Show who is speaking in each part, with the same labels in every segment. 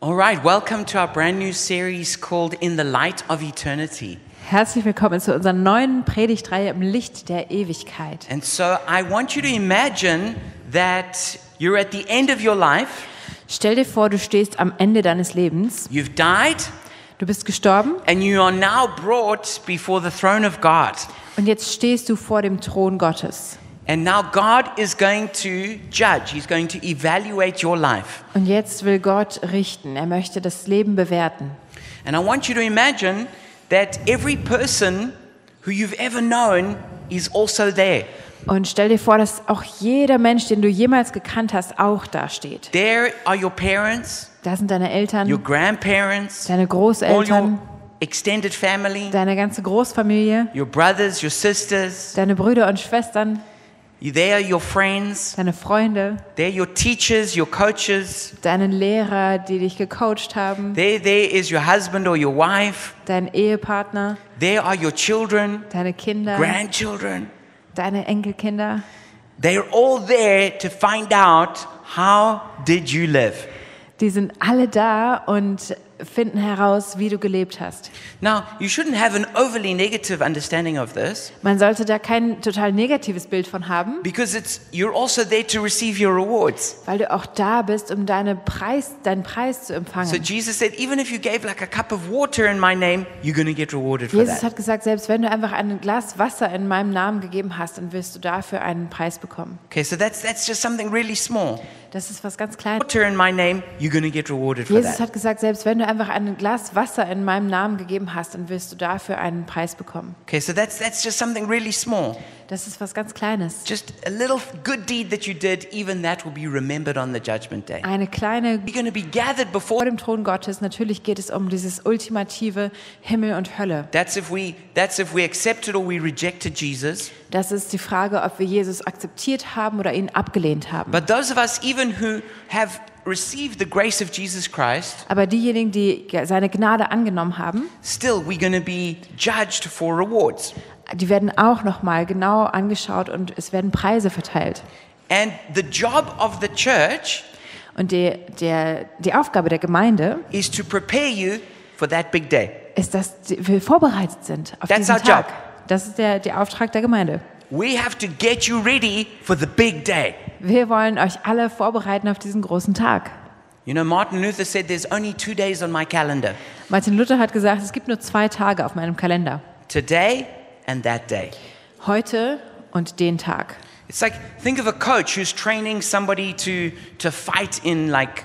Speaker 1: All right, welcome to our brand new series called In the Light of Eternity.
Speaker 2: Herzlich willkommen zu unserer neuen Predigtreihe im Licht der Ewigkeit.
Speaker 1: And so I want you to imagine that you're at the end of your life,
Speaker 2: Stell dir vor, du stehst am Ende deines Lebens,
Speaker 1: you've died,
Speaker 2: du bist gestorben
Speaker 1: and you are now brought before the throne of God.
Speaker 2: und jetzt stehst du vor dem Thron Gottes.
Speaker 1: And now God is going to judge, He's going to evaluate your life.
Speaker 2: Und jetzt will Gott richten, er möchte das Leben bewerten.
Speaker 1: And I want you to imagine that every person who you've ever known is also there.
Speaker 2: Und stell dir vor, dass auch jeder Mensch, den du jemals gekannt hast, auch da steht.
Speaker 1: There are your parents,
Speaker 2: Da sind deine
Speaker 1: your
Speaker 2: Eltern,
Speaker 1: grandparents, all
Speaker 2: deine
Speaker 1: your
Speaker 2: Großeltern,
Speaker 1: extended family,
Speaker 2: deine ganze Großfamilie,
Speaker 1: your brothers, your sisters,
Speaker 2: deine Brüder und Schwestern,
Speaker 1: they are your friends,
Speaker 2: deine Freunde,
Speaker 1: they're your teachers, your coaches,
Speaker 2: deine Lehrer, die dich gecoacht haben,
Speaker 1: there, there is your husband or your wife,
Speaker 2: dein Ehepartner,
Speaker 1: there are your children,
Speaker 2: deine Kinder,
Speaker 1: grandchildren.
Speaker 2: deine Enkelkinder.
Speaker 1: They're all there to find out how did you live.
Speaker 2: Die sind alle da und finden heraus, wie du gelebt hast.
Speaker 1: Now, you shouldn't have an overly negative understanding of this
Speaker 2: Man sollte da kein total negatives Bild von haben,
Speaker 1: because it's you're also there to receive your rewards.
Speaker 2: weil du auch da bist, um deine Preis, deinen Preis zu
Speaker 1: So
Speaker 2: empfangen.
Speaker 1: Jesus said, even if you gave like a cup of water in my name, you're going to get rewarded for
Speaker 2: Jesus
Speaker 1: that.
Speaker 2: hat gesagt, selbst wenn du einfach ein Glas Wasser in meinem Namen gegeben hast, dann wirst du dafür einen Preis bekommen.
Speaker 1: Okay, so that's that's just something really small.
Speaker 2: Das ist was ganz Kleines.
Speaker 1: Water in my name, you're going to get rewarded for
Speaker 2: Jesus
Speaker 1: that.
Speaker 2: hat gesagt, selbst wenn du einfach ein Glas Wasser in meinem Namen gegeben hast, dann wirst du dafür einen Preis bekommen.
Speaker 1: Okay, so that's that's just something really small.
Speaker 2: Das ist was ganz Kleines.
Speaker 1: Just a little good deed that you did, even that will be remembered on the judgment day.
Speaker 2: Eine kleine
Speaker 1: You're going to be gathered
Speaker 2: vor
Speaker 1: before
Speaker 2: dem Thron Gottes. Natürlich geht es um dieses ultimative Himmel und Hölle.
Speaker 1: That's if we that's if we accepted or we rejected Jesus.
Speaker 2: Das ist die Frage, ob wir Jesus akzeptiert haben oder ihn abgelehnt haben.
Speaker 1: But those of us even who have received the grace of Jesus Christ,
Speaker 2: Aber diejenigen, die seine Gnade angenommen haben,
Speaker 1: still we're going to be judged for rewards.
Speaker 2: die werden auch nochmal genau angeschaut und es werden Preise verteilt.
Speaker 1: And the job of the church
Speaker 2: Und die, der, die Aufgabe der Gemeinde
Speaker 1: is to prepare you for that big day.
Speaker 2: ist, dass wir vorbereitet sind auf
Speaker 1: That's
Speaker 2: diesen
Speaker 1: our
Speaker 2: Tag.
Speaker 1: job.
Speaker 2: Das ist der, der Auftrag der Gemeinde.
Speaker 1: We have to get you ready for the big day.
Speaker 2: Wir wollen euch alle vorbereiten auf diesen großen Tag.
Speaker 1: You know, Martin Luther said there's only two days on my calendar
Speaker 2: Martin Luther hat gesagt, es gibt nur zwei Tage auf meinem Kalender.
Speaker 1: today and that day.
Speaker 2: heute und den Tag.
Speaker 1: It's like, think of a coach who's training somebody to, to fight in like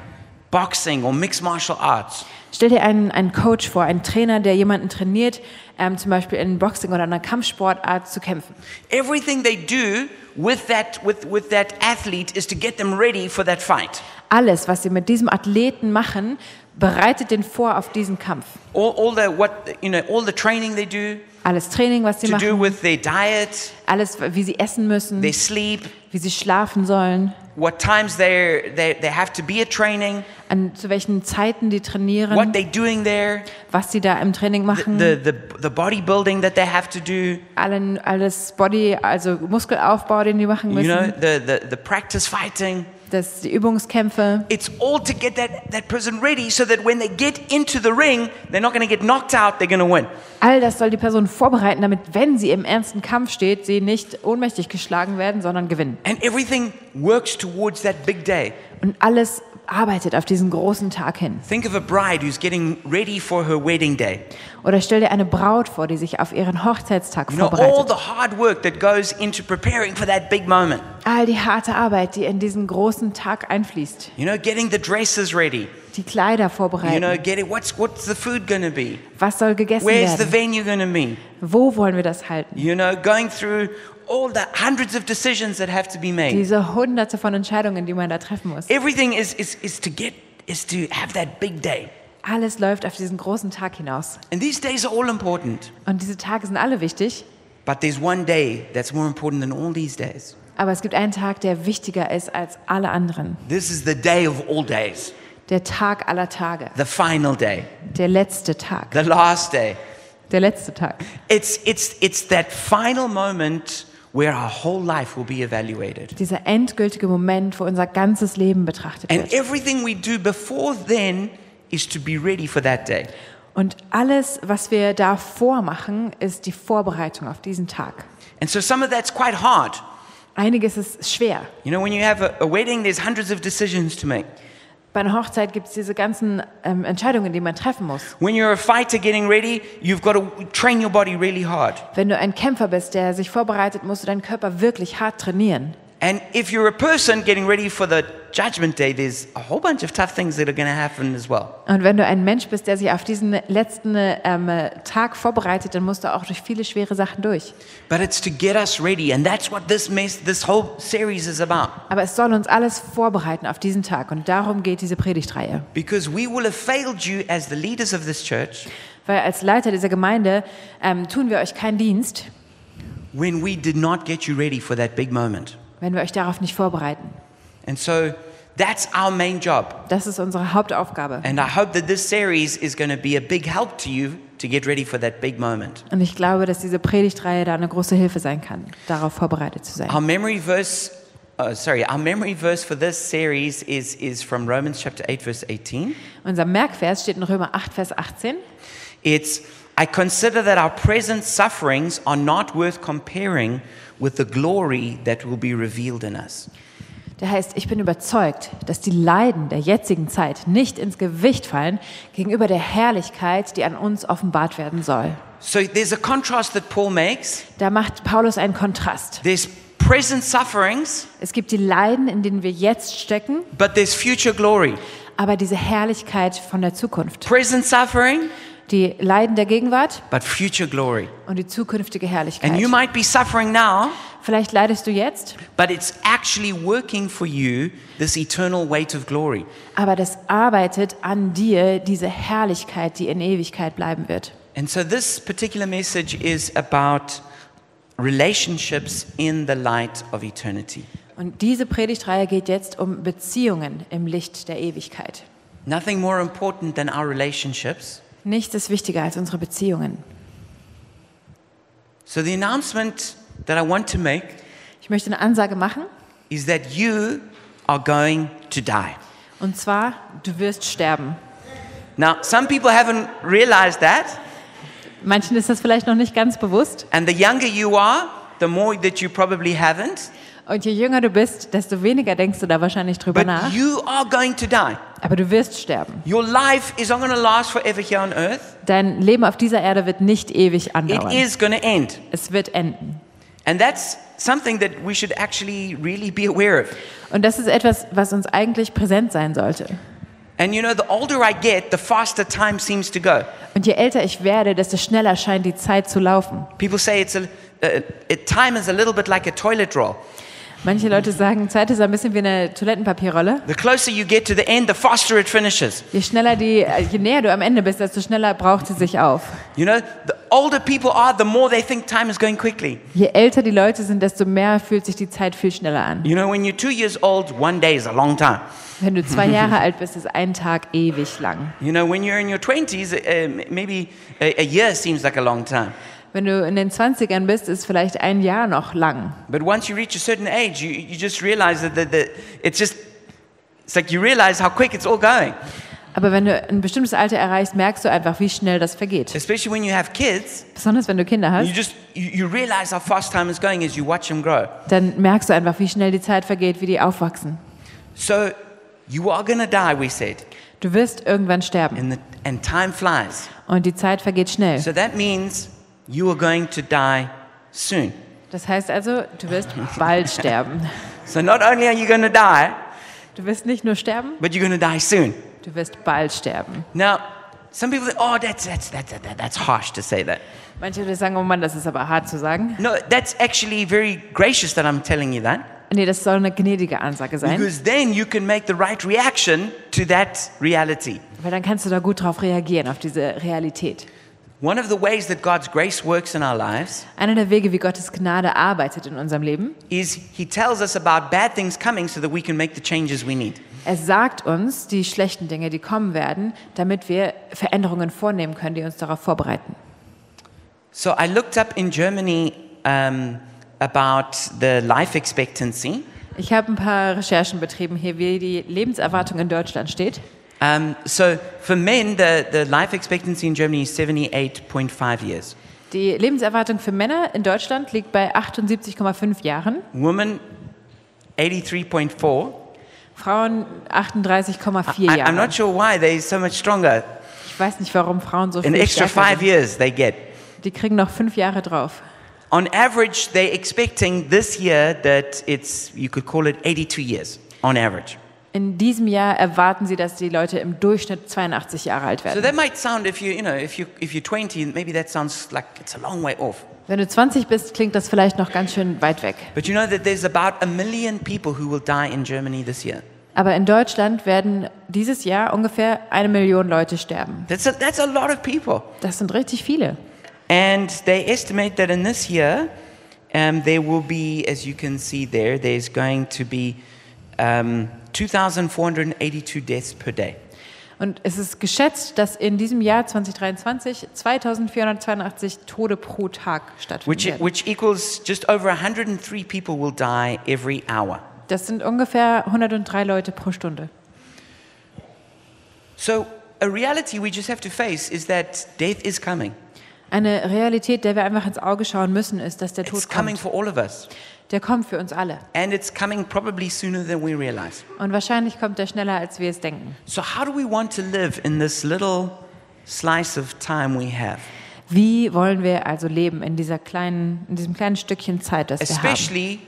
Speaker 1: boxing or mixed martial arts.
Speaker 2: Stell dir einen, einen Coach vor, einen Trainer, der jemanden trainiert, ähm, zum Beispiel in Boxing oder einer Kampfsportart zu kämpfen.
Speaker 1: Everything they do with that, with, with that athlete is to get them ready for that fight.
Speaker 2: Alles, was sie mit diesem Athleten machen, bereitet den vor auf diesen Kampf.
Speaker 1: All, all, the, what, you know, all the training they do,
Speaker 2: Alles Training, was sie
Speaker 1: to do
Speaker 2: machen,
Speaker 1: with their diet,
Speaker 2: alles, wie sie essen müssen,
Speaker 1: their sleep,
Speaker 2: wie sie schlafen sollen,
Speaker 1: what times they're, they, they have to be at training,
Speaker 2: an, zu welchen Zeiten die
Speaker 1: what
Speaker 2: trainieren,
Speaker 1: they're doing there,
Speaker 2: was sie da im Training machen,
Speaker 1: the, the, the bodybuilding that they have to do,
Speaker 2: allen, alles Body, also Muskelaufbau, den die machen
Speaker 1: you know,
Speaker 2: müssen,
Speaker 1: the, the, the practice fighting.
Speaker 2: das, die Übungskämpfe.
Speaker 1: It's all to get that, that person ready so that when they get into the ring, they're not going to get knocked out, they're going to win.
Speaker 2: All das soll die Person vorbereiten, damit, wenn sie im ernsten Kampf steht, sie nicht ohnmächtig geschlagen werden, sondern gewinnen.
Speaker 1: And everything works towards that big day.
Speaker 2: Und alles arbeitet auf diesen großen Tag hin.
Speaker 1: Think of a bride who's getting ready for her wedding day.
Speaker 2: Oder stell dir eine Braut vor, die sich auf ihren Hochzeitstag
Speaker 1: You know, all
Speaker 2: vorbereitet.
Speaker 1: the hard work that goes into preparing for that big moment.
Speaker 2: All die harte Arbeit, die in diesen großen Tag einfließt.
Speaker 1: You know, getting the dresses ready.
Speaker 2: Die Kleider
Speaker 1: You know,
Speaker 2: vorbereiten.
Speaker 1: getting what's what's the food going to be?
Speaker 2: Was soll gegessen
Speaker 1: Where's the
Speaker 2: werden?
Speaker 1: venue going to be?
Speaker 2: Wo wollen wir das halten?
Speaker 1: You know, going through all the hundreds of decisions that have to be made.
Speaker 2: Diese hunderte von Entscheidungen, die man da treffen muss.
Speaker 1: Everything is is, is to get is to have that big day.
Speaker 2: Alles läuft auf diesen großen Tag hinaus.
Speaker 1: And these days are all important.
Speaker 2: Und diese Tage sind alle wichtig.
Speaker 1: But there's one day that's more important than all these days.
Speaker 2: Aber es gibt einen Tag, der wichtiger ist als alle anderen.
Speaker 1: This is the day of all days,
Speaker 2: Der Tag aller Tage.
Speaker 1: the final day,
Speaker 2: Der letzte Tag.
Speaker 1: the last day.
Speaker 2: Der letzte Tag.
Speaker 1: It's, it's, it's that final moment where our whole life will be evaluated.
Speaker 2: Dieser endgültige Moment, wo unser ganzes Leben betrachtet
Speaker 1: And
Speaker 2: wird.
Speaker 1: everything we do before then is to be ready for that day.
Speaker 2: Und alles, was wir da vormachen, ist die Vorbereitung auf diesen Tag.
Speaker 1: And so some of that's quite hard.
Speaker 2: Einiges ist schwer.
Speaker 1: You know, when you have a, a wedding, there's hundreds of decisions to make.
Speaker 2: Bei einer Hochzeit gibt es diese ganzen ähm, Entscheidungen, die man treffen muss.
Speaker 1: When you're a fighter getting ready, you've got to train your body really hard.
Speaker 2: Wenn du ein Kämpfer bist, der sich vorbereitet, musst du deinen Körper wirklich hart trainieren.
Speaker 1: And if you're a person getting ready for the judgment day, there's a whole bunch of tough things that are going to happen as well.
Speaker 2: Und wenn du ein Mensch bist, der sich auf diesen letzten ähm, Tag vorbereitet, dann musst du auch durch viele schwere Sachen durch.
Speaker 1: But it's to get us ready, and that's what this mess, this whole series is about.
Speaker 2: Aber es soll uns alles vorbereiten auf diesen Tag. Und darum geht diese Predigtreihe.
Speaker 1: Because we will have failed you as the leaders of this church
Speaker 2: Weil als Leiter dieser Gemeinde ähm, tun wir euch keinen Dienst,
Speaker 1: when we did not get you ready for that big moment.
Speaker 2: wenn wir euch darauf nicht vorbereiten.
Speaker 1: And so that's our main job.
Speaker 2: Das ist unsere Hauptaufgabe.
Speaker 1: And I hope that this series is going to be a big help to you to get ready for that big moment.
Speaker 2: Und ich glaube, dass diese Predigtreihe da eine große Hilfe sein kann, darauf vorbereitet zu sein.
Speaker 1: Our memory verse, uh, sorry, our memory verse for this series is, is from Romans chapter 8, verse 18.
Speaker 2: Unser Merkvers steht in Römer 8, Vers 18.
Speaker 1: It's, I consider that our present sufferings are not worth comparing with the glory that will be revealed in us.
Speaker 2: Der heißt, ich bin überzeugt, dass die Leiden der jetzigen Zeit nicht ins Gewicht fallen gegenüber der Herrlichkeit, die an uns offenbart werden soll.
Speaker 1: So there's a contrast that Paul makes.
Speaker 2: Da macht Paulus einen Kontrast.
Speaker 1: There's present sufferings,
Speaker 2: Es gibt die Leiden, in denen wir jetzt stecken,
Speaker 1: but there's future glory.
Speaker 2: aber diese Herrlichkeit von der Zukunft.
Speaker 1: Present suffering,
Speaker 2: Die Leiden der Gegenwart
Speaker 1: but future glory.
Speaker 2: und die zukünftige
Speaker 1: And you
Speaker 2: Herrlichkeit.
Speaker 1: might be suffering now,
Speaker 2: Vielleicht leidest du jetzt,
Speaker 1: but it's actually working for you this eternal weight of glory.
Speaker 2: aber das arbeitet an dir diese Herrlichkeit, die in Ewigkeit bleiben wird.
Speaker 1: And so this particular message is about relationships in the light of eternity.
Speaker 2: Und diese Predigtreihe geht jetzt um Beziehungen im Licht der Ewigkeit.
Speaker 1: Nothing more important than our relationships.
Speaker 2: Nichts ist wichtiger als unsere Beziehungen.
Speaker 1: So the announcement that I want to make
Speaker 2: Ich möchte eine Ansage machen,
Speaker 1: is that you are going to die.
Speaker 2: und zwar, du wirst sterben.
Speaker 1: Now, some people haven't realized that,
Speaker 2: Manchen ist das vielleicht noch nicht ganz bewusst.
Speaker 1: and the younger you are, the more that you probably haven't.
Speaker 2: Und je jünger du bist, desto weniger denkst du da wahrscheinlich drüber
Speaker 1: But
Speaker 2: nach.
Speaker 1: you are going to die.
Speaker 2: Aber du wirst sterben.
Speaker 1: Your life is not going to last forever here on earth.
Speaker 2: Dein Leben auf dieser Erde wird nicht ewig andauern.
Speaker 1: It is going to end.
Speaker 2: es wird enden.
Speaker 1: And that's something that we should actually really be aware of.
Speaker 2: Und das ist etwas, was uns eigentlich präsent sein sollte.
Speaker 1: And you know, the older I get, the faster time seems to go.
Speaker 2: Und je älter ich werde, desto schneller scheint die Zeit zu laufen.
Speaker 1: People say it's a, uh, it, time is a little bit like a toilet roll.
Speaker 2: Manche Leute sagen, Zeit ist ein bisschen wie eine Toilettenpapierrolle.
Speaker 1: The closer you get to the end, the faster it finishes.
Speaker 2: Je schneller die, äh, je näher du am Ende bist, desto schneller braucht sie sich auf.
Speaker 1: You know, the older people are, the more they think time is going quickly.
Speaker 2: Je älter die Leute sind, desto mehr fühlt sich die Zeit viel schneller an.
Speaker 1: You know, when you're two years old, one day is a long time.
Speaker 2: Wenn du zwei Jahre alt bist, ist ein Tag ewig lang.
Speaker 1: You know, when you're in your 20s, uh, m- maybe a, a year seems like a long time.
Speaker 2: Wenn du in den 20ern bist, ist vielleicht ein Jahr noch lang.
Speaker 1: But once you reach a certain age, you, you just realize that the, the, it's just, it's like you realize how quick it's all going.
Speaker 2: Aber wenn du ein bestimmtes Alter erreichst, merkst du einfach, wie schnell das vergeht.
Speaker 1: Especially when you have kids,
Speaker 2: Besonders wenn du Kinder
Speaker 1: you
Speaker 2: hast,
Speaker 1: just, you, you realize how fast time is going as you watch them grow.
Speaker 2: dann merkst du einfach, wie schnell die Zeit vergeht, wie die aufwachsen.
Speaker 1: So you are going to die, we said,
Speaker 2: Du wirst irgendwann sterben
Speaker 1: and, the, and time flies.
Speaker 2: und die Zeit vergeht schnell.
Speaker 1: So that means you are going to die soon.
Speaker 2: Das heißt also, du wirst bald sterben.
Speaker 1: So not only are you going to die,
Speaker 2: Du wirst nicht nur sterben,
Speaker 1: but you're going to die soon.
Speaker 2: du wirst bald sterben.
Speaker 1: Now, some people think, oh, that's, that's, that's, that- that's harsh to say that.
Speaker 2: Manche Leute sagen, oh Mann, das ist aber hart zu sagen.
Speaker 1: No, that's actually very gracious that I'm telling you that.
Speaker 2: Nee, das soll eine gnädige Ansage sein,
Speaker 1: Because then you can make the right reaction to that reality.
Speaker 2: weil dann kannst du da gut drauf reagieren, auf diese Realität.
Speaker 1: One of the ways that God's grace works in our lives
Speaker 2: Einer der Wege, wie Gottes Gnade arbeitet in unserem Leben,
Speaker 1: is He tells us about bad things coming so that we can make the changes we need.
Speaker 2: er sagt uns die schlechten Dinge, die kommen werden, damit wir Veränderungen vornehmen können, die uns darauf vorbereiten.
Speaker 1: So I looked up in Germany um, about the life expectancy,
Speaker 2: Ich habe ein paar Recherchen betrieben hier, wie die Lebenserwartung in Deutschland steht.
Speaker 1: Um, so for men, the, the life expectancy in Germany is 78.5 years.
Speaker 2: Die Lebenserwartung für Männer in Deutschland liegt bei 78,5 Jahren,
Speaker 1: Women, 83.4.
Speaker 2: Frauen 38,4
Speaker 1: I, I'm
Speaker 2: Jahre.
Speaker 1: not sure why they're so much stronger.
Speaker 2: Ich weiß nicht, warum Frauen so
Speaker 1: An
Speaker 2: viel
Speaker 1: extra
Speaker 2: stärker
Speaker 1: five
Speaker 2: sind.
Speaker 1: years they get.
Speaker 2: Die kriegen noch fünf Jahre drauf.
Speaker 1: On average, they're expecting this year that it's, you could call it 82 years on average.
Speaker 2: In diesem Jahr erwarten sie, dass die Leute im Durchschnitt 82 Jahre alt
Speaker 1: So
Speaker 2: werden.
Speaker 1: that might sound, if you, you know, if, you, if you're 20, maybe that sounds like it's a long way off.
Speaker 2: Wenn du 20 bist, klingt das vielleicht noch ganz schön weit weg.
Speaker 1: But you know that there's about a million people who will die in Germany this year.
Speaker 2: Aber in Deutschland werden dieses Jahr ungefähr eine Million Leute sterben.
Speaker 1: That's a, that's a lot of people.
Speaker 2: Das sind richtig viele.
Speaker 1: And they estimate that in this year, um, there will be, as you can see there, there's going to be um, 2,482 deaths per day.
Speaker 2: Und es ist geschätzt, dass in diesem Jahr 2023 2482 Tode pro Tag stattfinden.
Speaker 1: Which,
Speaker 2: werden.
Speaker 1: which equals just over 103 people will die every hour.
Speaker 2: Das sind ungefähr 103 Leute pro Stunde.
Speaker 1: So, a reality we just have to face is that death is coming.
Speaker 2: Eine Realität, der wir einfach ins Auge schauen müssen, ist, dass der
Speaker 1: It's
Speaker 2: Tod
Speaker 1: coming
Speaker 2: kommt.
Speaker 1: for all of us.
Speaker 2: Der kommt für uns alle.
Speaker 1: And it's coming probably sooner than we realize.
Speaker 2: Und wahrscheinlich kommt er schneller, als wir es denken.
Speaker 1: So, how do we want to live in this little slice of time we have?
Speaker 2: Wie wollen wir also leben in, dieser kleinen, in diesem kleinen Stückchen Zeit, das wir haben?
Speaker 1: Especially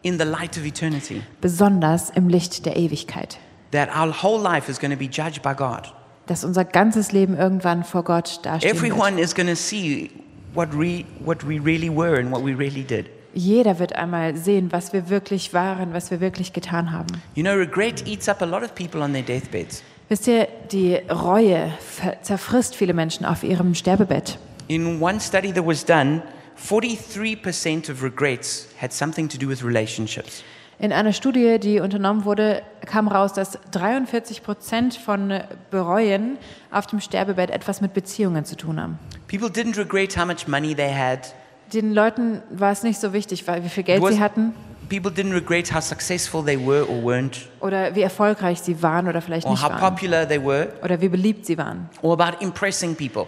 Speaker 1: in the light of eternity,
Speaker 2: Besonders im Licht der Ewigkeit.
Speaker 1: that our whole life is going to be judged by God.
Speaker 2: Dass unser ganzes Leben irgendwann vor Gott dastehen wird.
Speaker 1: Everyone is going to see what we, what we really were and what we really did.
Speaker 2: Jeder wird einmal sehen, was wir wirklich waren, was wir wirklich getan haben.
Speaker 1: You know, regret eats up a lot of people on their deathbeds.
Speaker 2: Wisst ihr, die Reue ver- zerfrisst viele Menschen auf ihrem Sterbebett.
Speaker 1: In one study that was done, 43% of regrets had something to do with relationships.
Speaker 2: In einer Studie, die unternommen wurde, kam raus, dass 43 Prozent von Bereuen auf dem Sterbebett etwas mit Beziehungen zu tun haben.
Speaker 1: People didn't regret how much money they had.
Speaker 2: Den Leuten war es nicht so wichtig, weil- wie viel
Speaker 1: It
Speaker 2: Geld
Speaker 1: was-
Speaker 2: sie hatten
Speaker 1: People didn't regret how successful they were or weren't,
Speaker 2: oder wie erfolgreich sie waren oder vielleicht
Speaker 1: or
Speaker 2: nicht
Speaker 1: how
Speaker 2: waren
Speaker 1: popular they were,
Speaker 2: oder wie beliebt sie waren
Speaker 1: or about impressing people.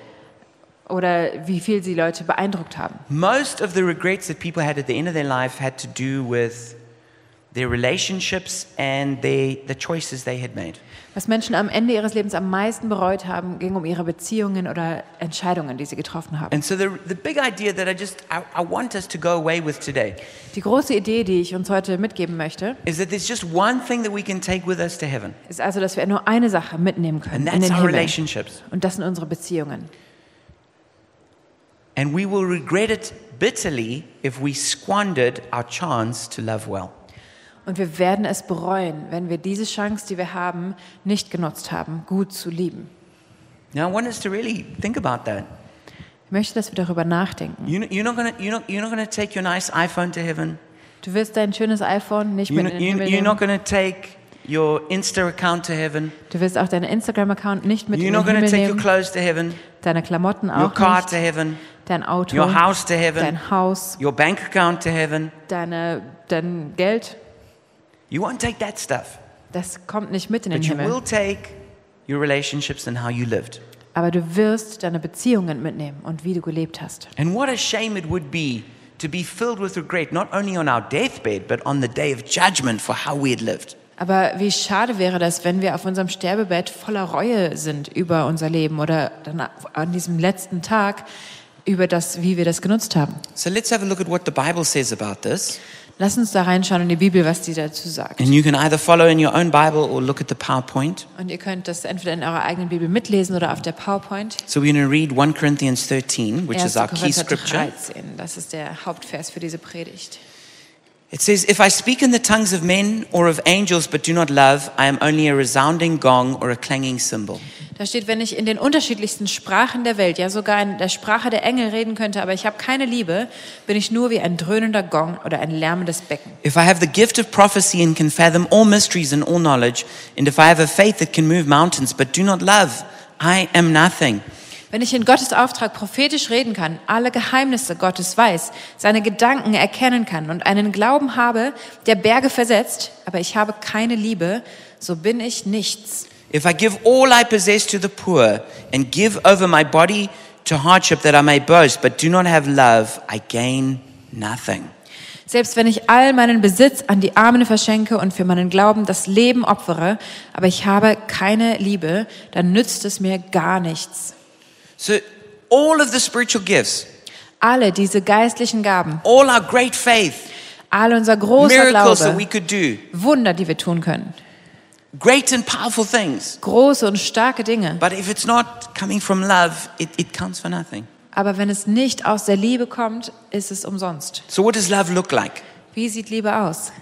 Speaker 2: oder wie viel sie Leute beeindruckt haben.
Speaker 1: Most of the regrets that people had at the end of their life had to do with their relationships and their, the choices they had made.
Speaker 2: Was Menschen am Ende ihres Lebens am meisten bereut haben, ging um ihre Beziehungen oder Entscheidungen, die sie getroffen haben.
Speaker 1: And so the, the big idea that I just I, I want us to go away with today
Speaker 2: Die große Idee, die ich uns heute mitgeben möchte,
Speaker 1: is that there's just one thing that we can take with us to heaven,
Speaker 2: ist also, dass wir nur eine Sache mitnehmen
Speaker 1: and
Speaker 2: können in
Speaker 1: that's
Speaker 2: den
Speaker 1: our
Speaker 2: Himmel.
Speaker 1: relationships.
Speaker 2: Und das sind unsere Beziehungen.
Speaker 1: And we will regret it bitterly if we squandered our chance to love well.
Speaker 2: Und wir werden es bereuen, wenn wir diese Chance, die wir haben, nicht genutzt haben, gut zu lieben.
Speaker 1: Now I want us to really think about that.
Speaker 2: Ich möchte, dass wir darüber nachdenken.
Speaker 1: You, you're not gonna you're not, you're not gonna take your nice iPhone to heaven.
Speaker 2: Du wirst dein schönes iPhone nicht
Speaker 1: You,
Speaker 2: mit in
Speaker 1: you,
Speaker 2: den Himmel
Speaker 1: you're
Speaker 2: nehmen.
Speaker 1: not going to take your Insta account to heaven.
Speaker 2: Du wirst auch deinen Instagram-Account nicht mit
Speaker 1: You're
Speaker 2: in
Speaker 1: not
Speaker 2: den
Speaker 1: going to
Speaker 2: Himmel
Speaker 1: take your
Speaker 2: nehmen.
Speaker 1: clothes to heaven,
Speaker 2: Deine Klamotten
Speaker 1: your
Speaker 2: auch
Speaker 1: car to
Speaker 2: nicht.
Speaker 1: heaven,
Speaker 2: Dein Auto,
Speaker 1: your house to heaven,
Speaker 2: dein Haus,
Speaker 1: your bank account to heaven.
Speaker 2: deine, dein Geld.
Speaker 1: You won't take that stuff,
Speaker 2: Das kommt nicht mit in den
Speaker 1: but you
Speaker 2: Himmel.
Speaker 1: will take your relationships and how you lived.
Speaker 2: Aber du wirst deine Beziehungen mitnehmen und wie du gelebt hast.
Speaker 1: And what a shame it would be to be filled with regret, not only on our deathbed, but on the day of judgment for how we had lived.
Speaker 2: Aber wie schade wäre das, wenn wir auf unserem Sterbebett voller Reue sind über unser Leben oder dann an diesem letzten Tag über das, wie wir das genutzt haben.
Speaker 1: So let's have a look at what the Bible says about this.
Speaker 2: Lass uns da reinschauen in die Bibel, was die dazu sagt.
Speaker 1: And you can either follow in your own Bible or look at the PowerPoint.
Speaker 2: Und ihr könnt das entweder in eurer eigenen Bibel mitlesen oder auf der PowerPoint.
Speaker 1: So we're going to read 1 Corinthians 13, which
Speaker 2: 1.
Speaker 1: is our key
Speaker 2: Korinther
Speaker 1: scripture.
Speaker 2: 13, das ist der Hauptvers für diese Predigt.
Speaker 1: It says, If I speak in the tongues of men or of angels but do not love, I am only a resounding gong or a clanging cymbal.
Speaker 2: Da steht, wenn ich in den unterschiedlichsten Sprachen der Welt, ja sogar in der Sprache der Engel reden könnte, aber ich habe keine Liebe, bin ich nur wie ein dröhnender Gong oder ein lärmendes Becken.
Speaker 1: If I have the gift of prophecy and can fathom all mysteries and all knowledge, and if I have a faith that can move mountains but do not love, I am nothing.
Speaker 2: Wenn ich in Gottes Auftrag prophetisch reden kann, alle Geheimnisse Gottes weiß, seine Gedanken erkennen kann und einen Glauben habe, der Berge versetzt, aber ich habe keine Liebe, so bin ich nichts.
Speaker 1: If I give all I possess to the poor and give over my body to hardship that I may boast, but do not have love, I gain nothing.
Speaker 2: Selbst wenn ich all meinen Besitz an die Armen verschenke und für meinen Glauben das Leben opfere, aber ich habe keine Liebe, dann nützt es mir gar nichts.
Speaker 1: So, all of the spiritual gifts,
Speaker 2: Alle diese geistlichen Gaben,
Speaker 1: all our great faith,
Speaker 2: all unser großer
Speaker 1: miracles that we
Speaker 2: Glaube,
Speaker 1: could do,
Speaker 2: Wunder, die wir tun können,
Speaker 1: great and powerful things.
Speaker 2: große und starke Dinge.
Speaker 1: But if it's not coming from love, it, it counts for nothing.
Speaker 2: Aber wenn es nicht aus der Liebe kommt, ist es umsonst.
Speaker 1: So, what does love look like?
Speaker 2: Wie sieht Liebe aus?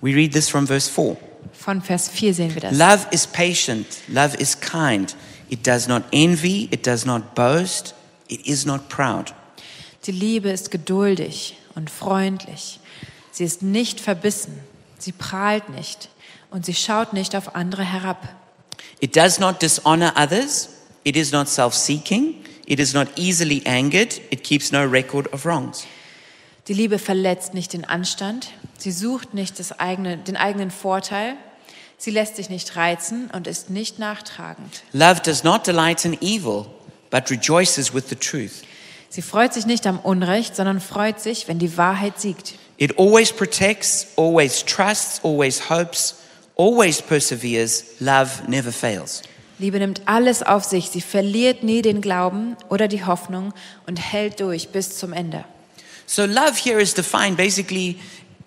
Speaker 1: We read this from verse 4.
Speaker 2: Von Vers 4 sehen wir das.
Speaker 1: Love is patient, love is kind. It does not envy, it does not boast, it is not proud.
Speaker 2: Die Liebe ist geduldig und freundlich. Sie ist nicht verbissen. Sie prahlt nicht. Und sie schaut nicht auf andere herab.
Speaker 1: It does not dishonor others, it is not self seeking, it is not easily angered, it keeps no record of wrongs.
Speaker 2: Die Liebe verletzt nicht den Anstand. Sie sucht nicht das eigene, den eigenen Vorteil. Sie lässt sich nicht reizen und ist nicht nachtragend.
Speaker 1: Love does not delight in evil, but rejoices with the truth.
Speaker 2: Sie freut sich nicht am Unrecht, sondern freut sich, wenn die Wahrheit siegt.
Speaker 1: It always protects, always trusts, always hopes, always perseveres. Love never fails.
Speaker 2: Liebe nimmt alles auf sich. Sie verliert nie den Glauben oder die Hoffnung und hält durch bis zum Ende.
Speaker 1: So, love here is defined basically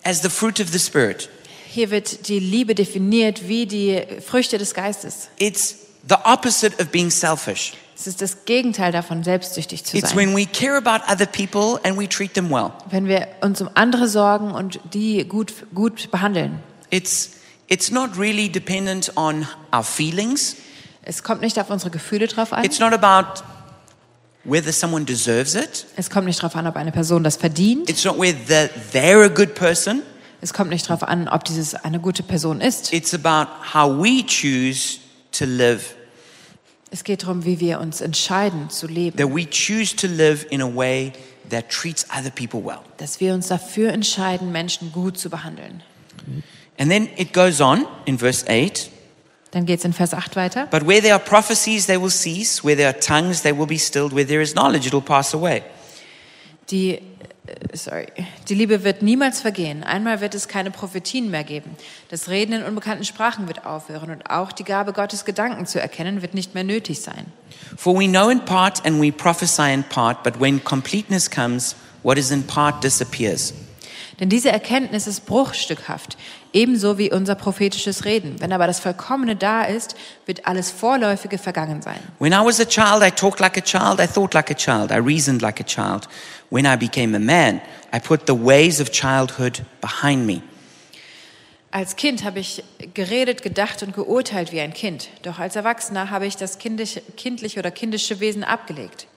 Speaker 1: as the fruit of the Spirit.
Speaker 2: Hier wird die Liebe definiert wie die Früchte des Geistes.
Speaker 1: It's the opposite of being selfish.
Speaker 2: Es ist das Gegenteil davon, selbstsüchtig zu
Speaker 1: It's
Speaker 2: sein.
Speaker 1: when we care about other people and we treat them well.
Speaker 2: Wenn wir uns um andere sorgen und die gut, gut behandeln.
Speaker 1: It's, it's not really dependent on our feelings.
Speaker 2: Es kommt nicht auf unsere Gefühle drauf an.
Speaker 1: It's not about whether someone deserves it.
Speaker 2: Es kommt nicht drauf an, ob eine Person das verdient.
Speaker 1: It's not whether they're a good person.
Speaker 2: Es kommt nicht drauf an, ob dieses eine gute Person ist.
Speaker 1: It's about how we choose to live,
Speaker 2: Es geht darum, wie wir uns entscheiden zu leben.
Speaker 1: that we choose to live in a way that treats other people well.
Speaker 2: Dass wir uns dafür entscheiden, Menschen gut zu behandeln.
Speaker 1: And then it goes on in verse 8
Speaker 2: Dann geht es in Vers 8 weiter.
Speaker 1: But where there are prophecies, they will cease. Where there are tongues, they will be stilled. Where there is knowledge, it will pass away.
Speaker 2: Die, äh, sorry, die Liebe wird niemals vergehen. Einmal wird es keine Prophetien mehr geben. Das Reden in unbekannten Sprachen wird aufhören und auch die Gabe Gottes Gedanken zu erkennen wird nicht mehr nötig sein.
Speaker 1: For we know in part and we prophesy in part, but when completeness comes, what is in part disappears.
Speaker 2: Denn diese Erkenntnis ist bruchstückhaft, ebenso wie unser prophetisches Reden. Wenn aber das Vollkommene da ist, wird alles Vorläufige vergangen sein.
Speaker 1: When I was a child, I talked like a child, I thought like a child, I reasoned like a child. When I became a man, I put the ways of childhood behind me.
Speaker 2: Als Kind habe ich geredet, gedacht und geurteilt wie ein Kind. Doch als Erwachsener habe ich das kindische, kindliche oder kindische Wesen abgelegt.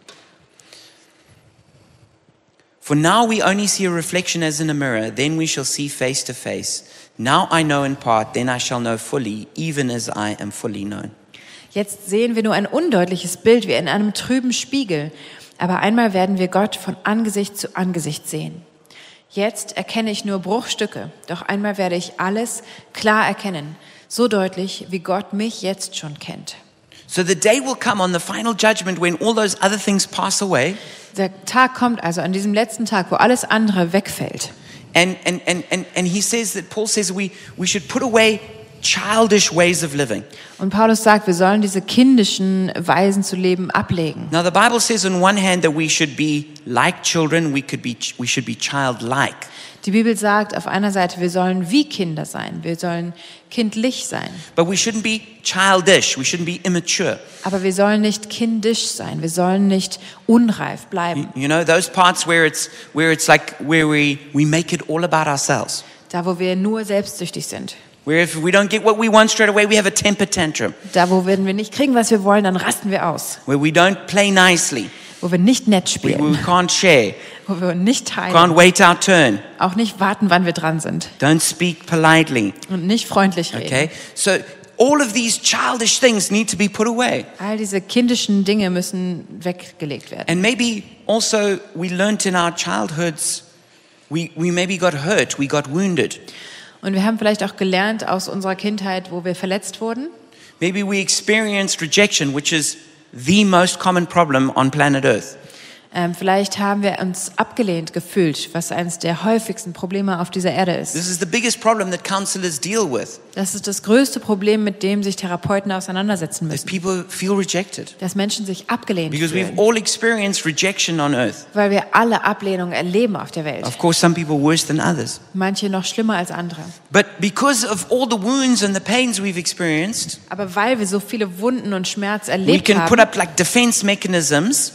Speaker 1: For now we only see a reflection as in a mirror, then we shall see face to face. Now I know in part, then I shall know fully, even as I am fully known.
Speaker 2: Jetzt sehen wir nur ein undeutliches Bild wie in einem trüben Spiegel, aber einmal werden wir Gott von Angesicht zu Angesicht sehen. Jetzt erkenne ich nur Bruchstücke, doch einmal werde ich alles klar erkennen, so deutlich, wie Gott mich jetzt schon kennt.
Speaker 1: So the day will come on the final judgment when all those other things pass away.
Speaker 2: Der Tag kommt also an diesem letzten Tag, wo alles andere wegfällt.
Speaker 1: And, and, and, and, and he says that Paul says we, we should put away childish ways of living.
Speaker 2: Und Paulus sagt, wir sollen diese kindischen Weisen zu leben ablegen.
Speaker 1: Now, the Bible says on one hand that we should be like children, we, could be, we should be childlike.
Speaker 2: Die Bibel sagt auf einer Seite, wir sollen wie Kinder sein, wir sollen kindlich sein.
Speaker 1: But we shouldn't be childish, we shouldn't be immature.
Speaker 2: Aber wir sollen nicht kindisch sein, wir sollen nicht unreif bleiben.
Speaker 1: You know, those parts where it's, where it's like where we, we make it all about ourselves.
Speaker 2: Da, wo wir nur selbstsüchtig sind.
Speaker 1: Where if we don't get what we want straight away, we have a temper tantrum.
Speaker 2: Da, wo wenn wir nicht kriegen, was wir wollen, dann rasten wir aus.
Speaker 1: Where we don't play nicely,
Speaker 2: Wo wir nicht nett
Speaker 1: we, we
Speaker 2: spielen,
Speaker 1: can't share,
Speaker 2: wo wir nicht teilen,
Speaker 1: can't wait our turn,
Speaker 2: auch nicht warten, wann wir dran sind
Speaker 1: don't speak politely.
Speaker 2: und nicht freundlich reden.
Speaker 1: Okay? So all of these childish things need to be put away.
Speaker 2: All diese kindischen Dinge müssen weggelegt werden.
Speaker 1: And maybe also we learnt in our childhoods, we, we maybe got hurt, we got wounded.
Speaker 2: Und wir haben vielleicht auch gelernt aus unserer Kindheit, wo wir verletzt wurden.
Speaker 1: Maybe we experienced rejection, which is the most common problem on planet Earth.
Speaker 2: Ähm, vielleicht haben wir uns abgelehnt gefühlt, was eines der häufigsten Probleme auf dieser Erde ist.
Speaker 1: This is the biggest problem that counselors deal with.
Speaker 2: Das ist das größte Problem, mit dem sich Therapeuten auseinandersetzen
Speaker 1: Is
Speaker 2: müssen.
Speaker 1: people feel rejected
Speaker 2: Dass Menschen sich abgelehnt
Speaker 1: because we've
Speaker 2: fühlen,
Speaker 1: all experienced rejection on Earth.
Speaker 2: weil wir alle Ablehnung erleben auf der Welt.
Speaker 1: Of course, some people worse than others.
Speaker 2: Manche noch schlimmer als andere.
Speaker 1: But because of all the wounds and the pains we've experienced,
Speaker 2: Aber weil wir so viele Wunden und Schmerz
Speaker 1: we
Speaker 2: erlebt
Speaker 1: can put
Speaker 2: haben,
Speaker 1: up like defense mechanisms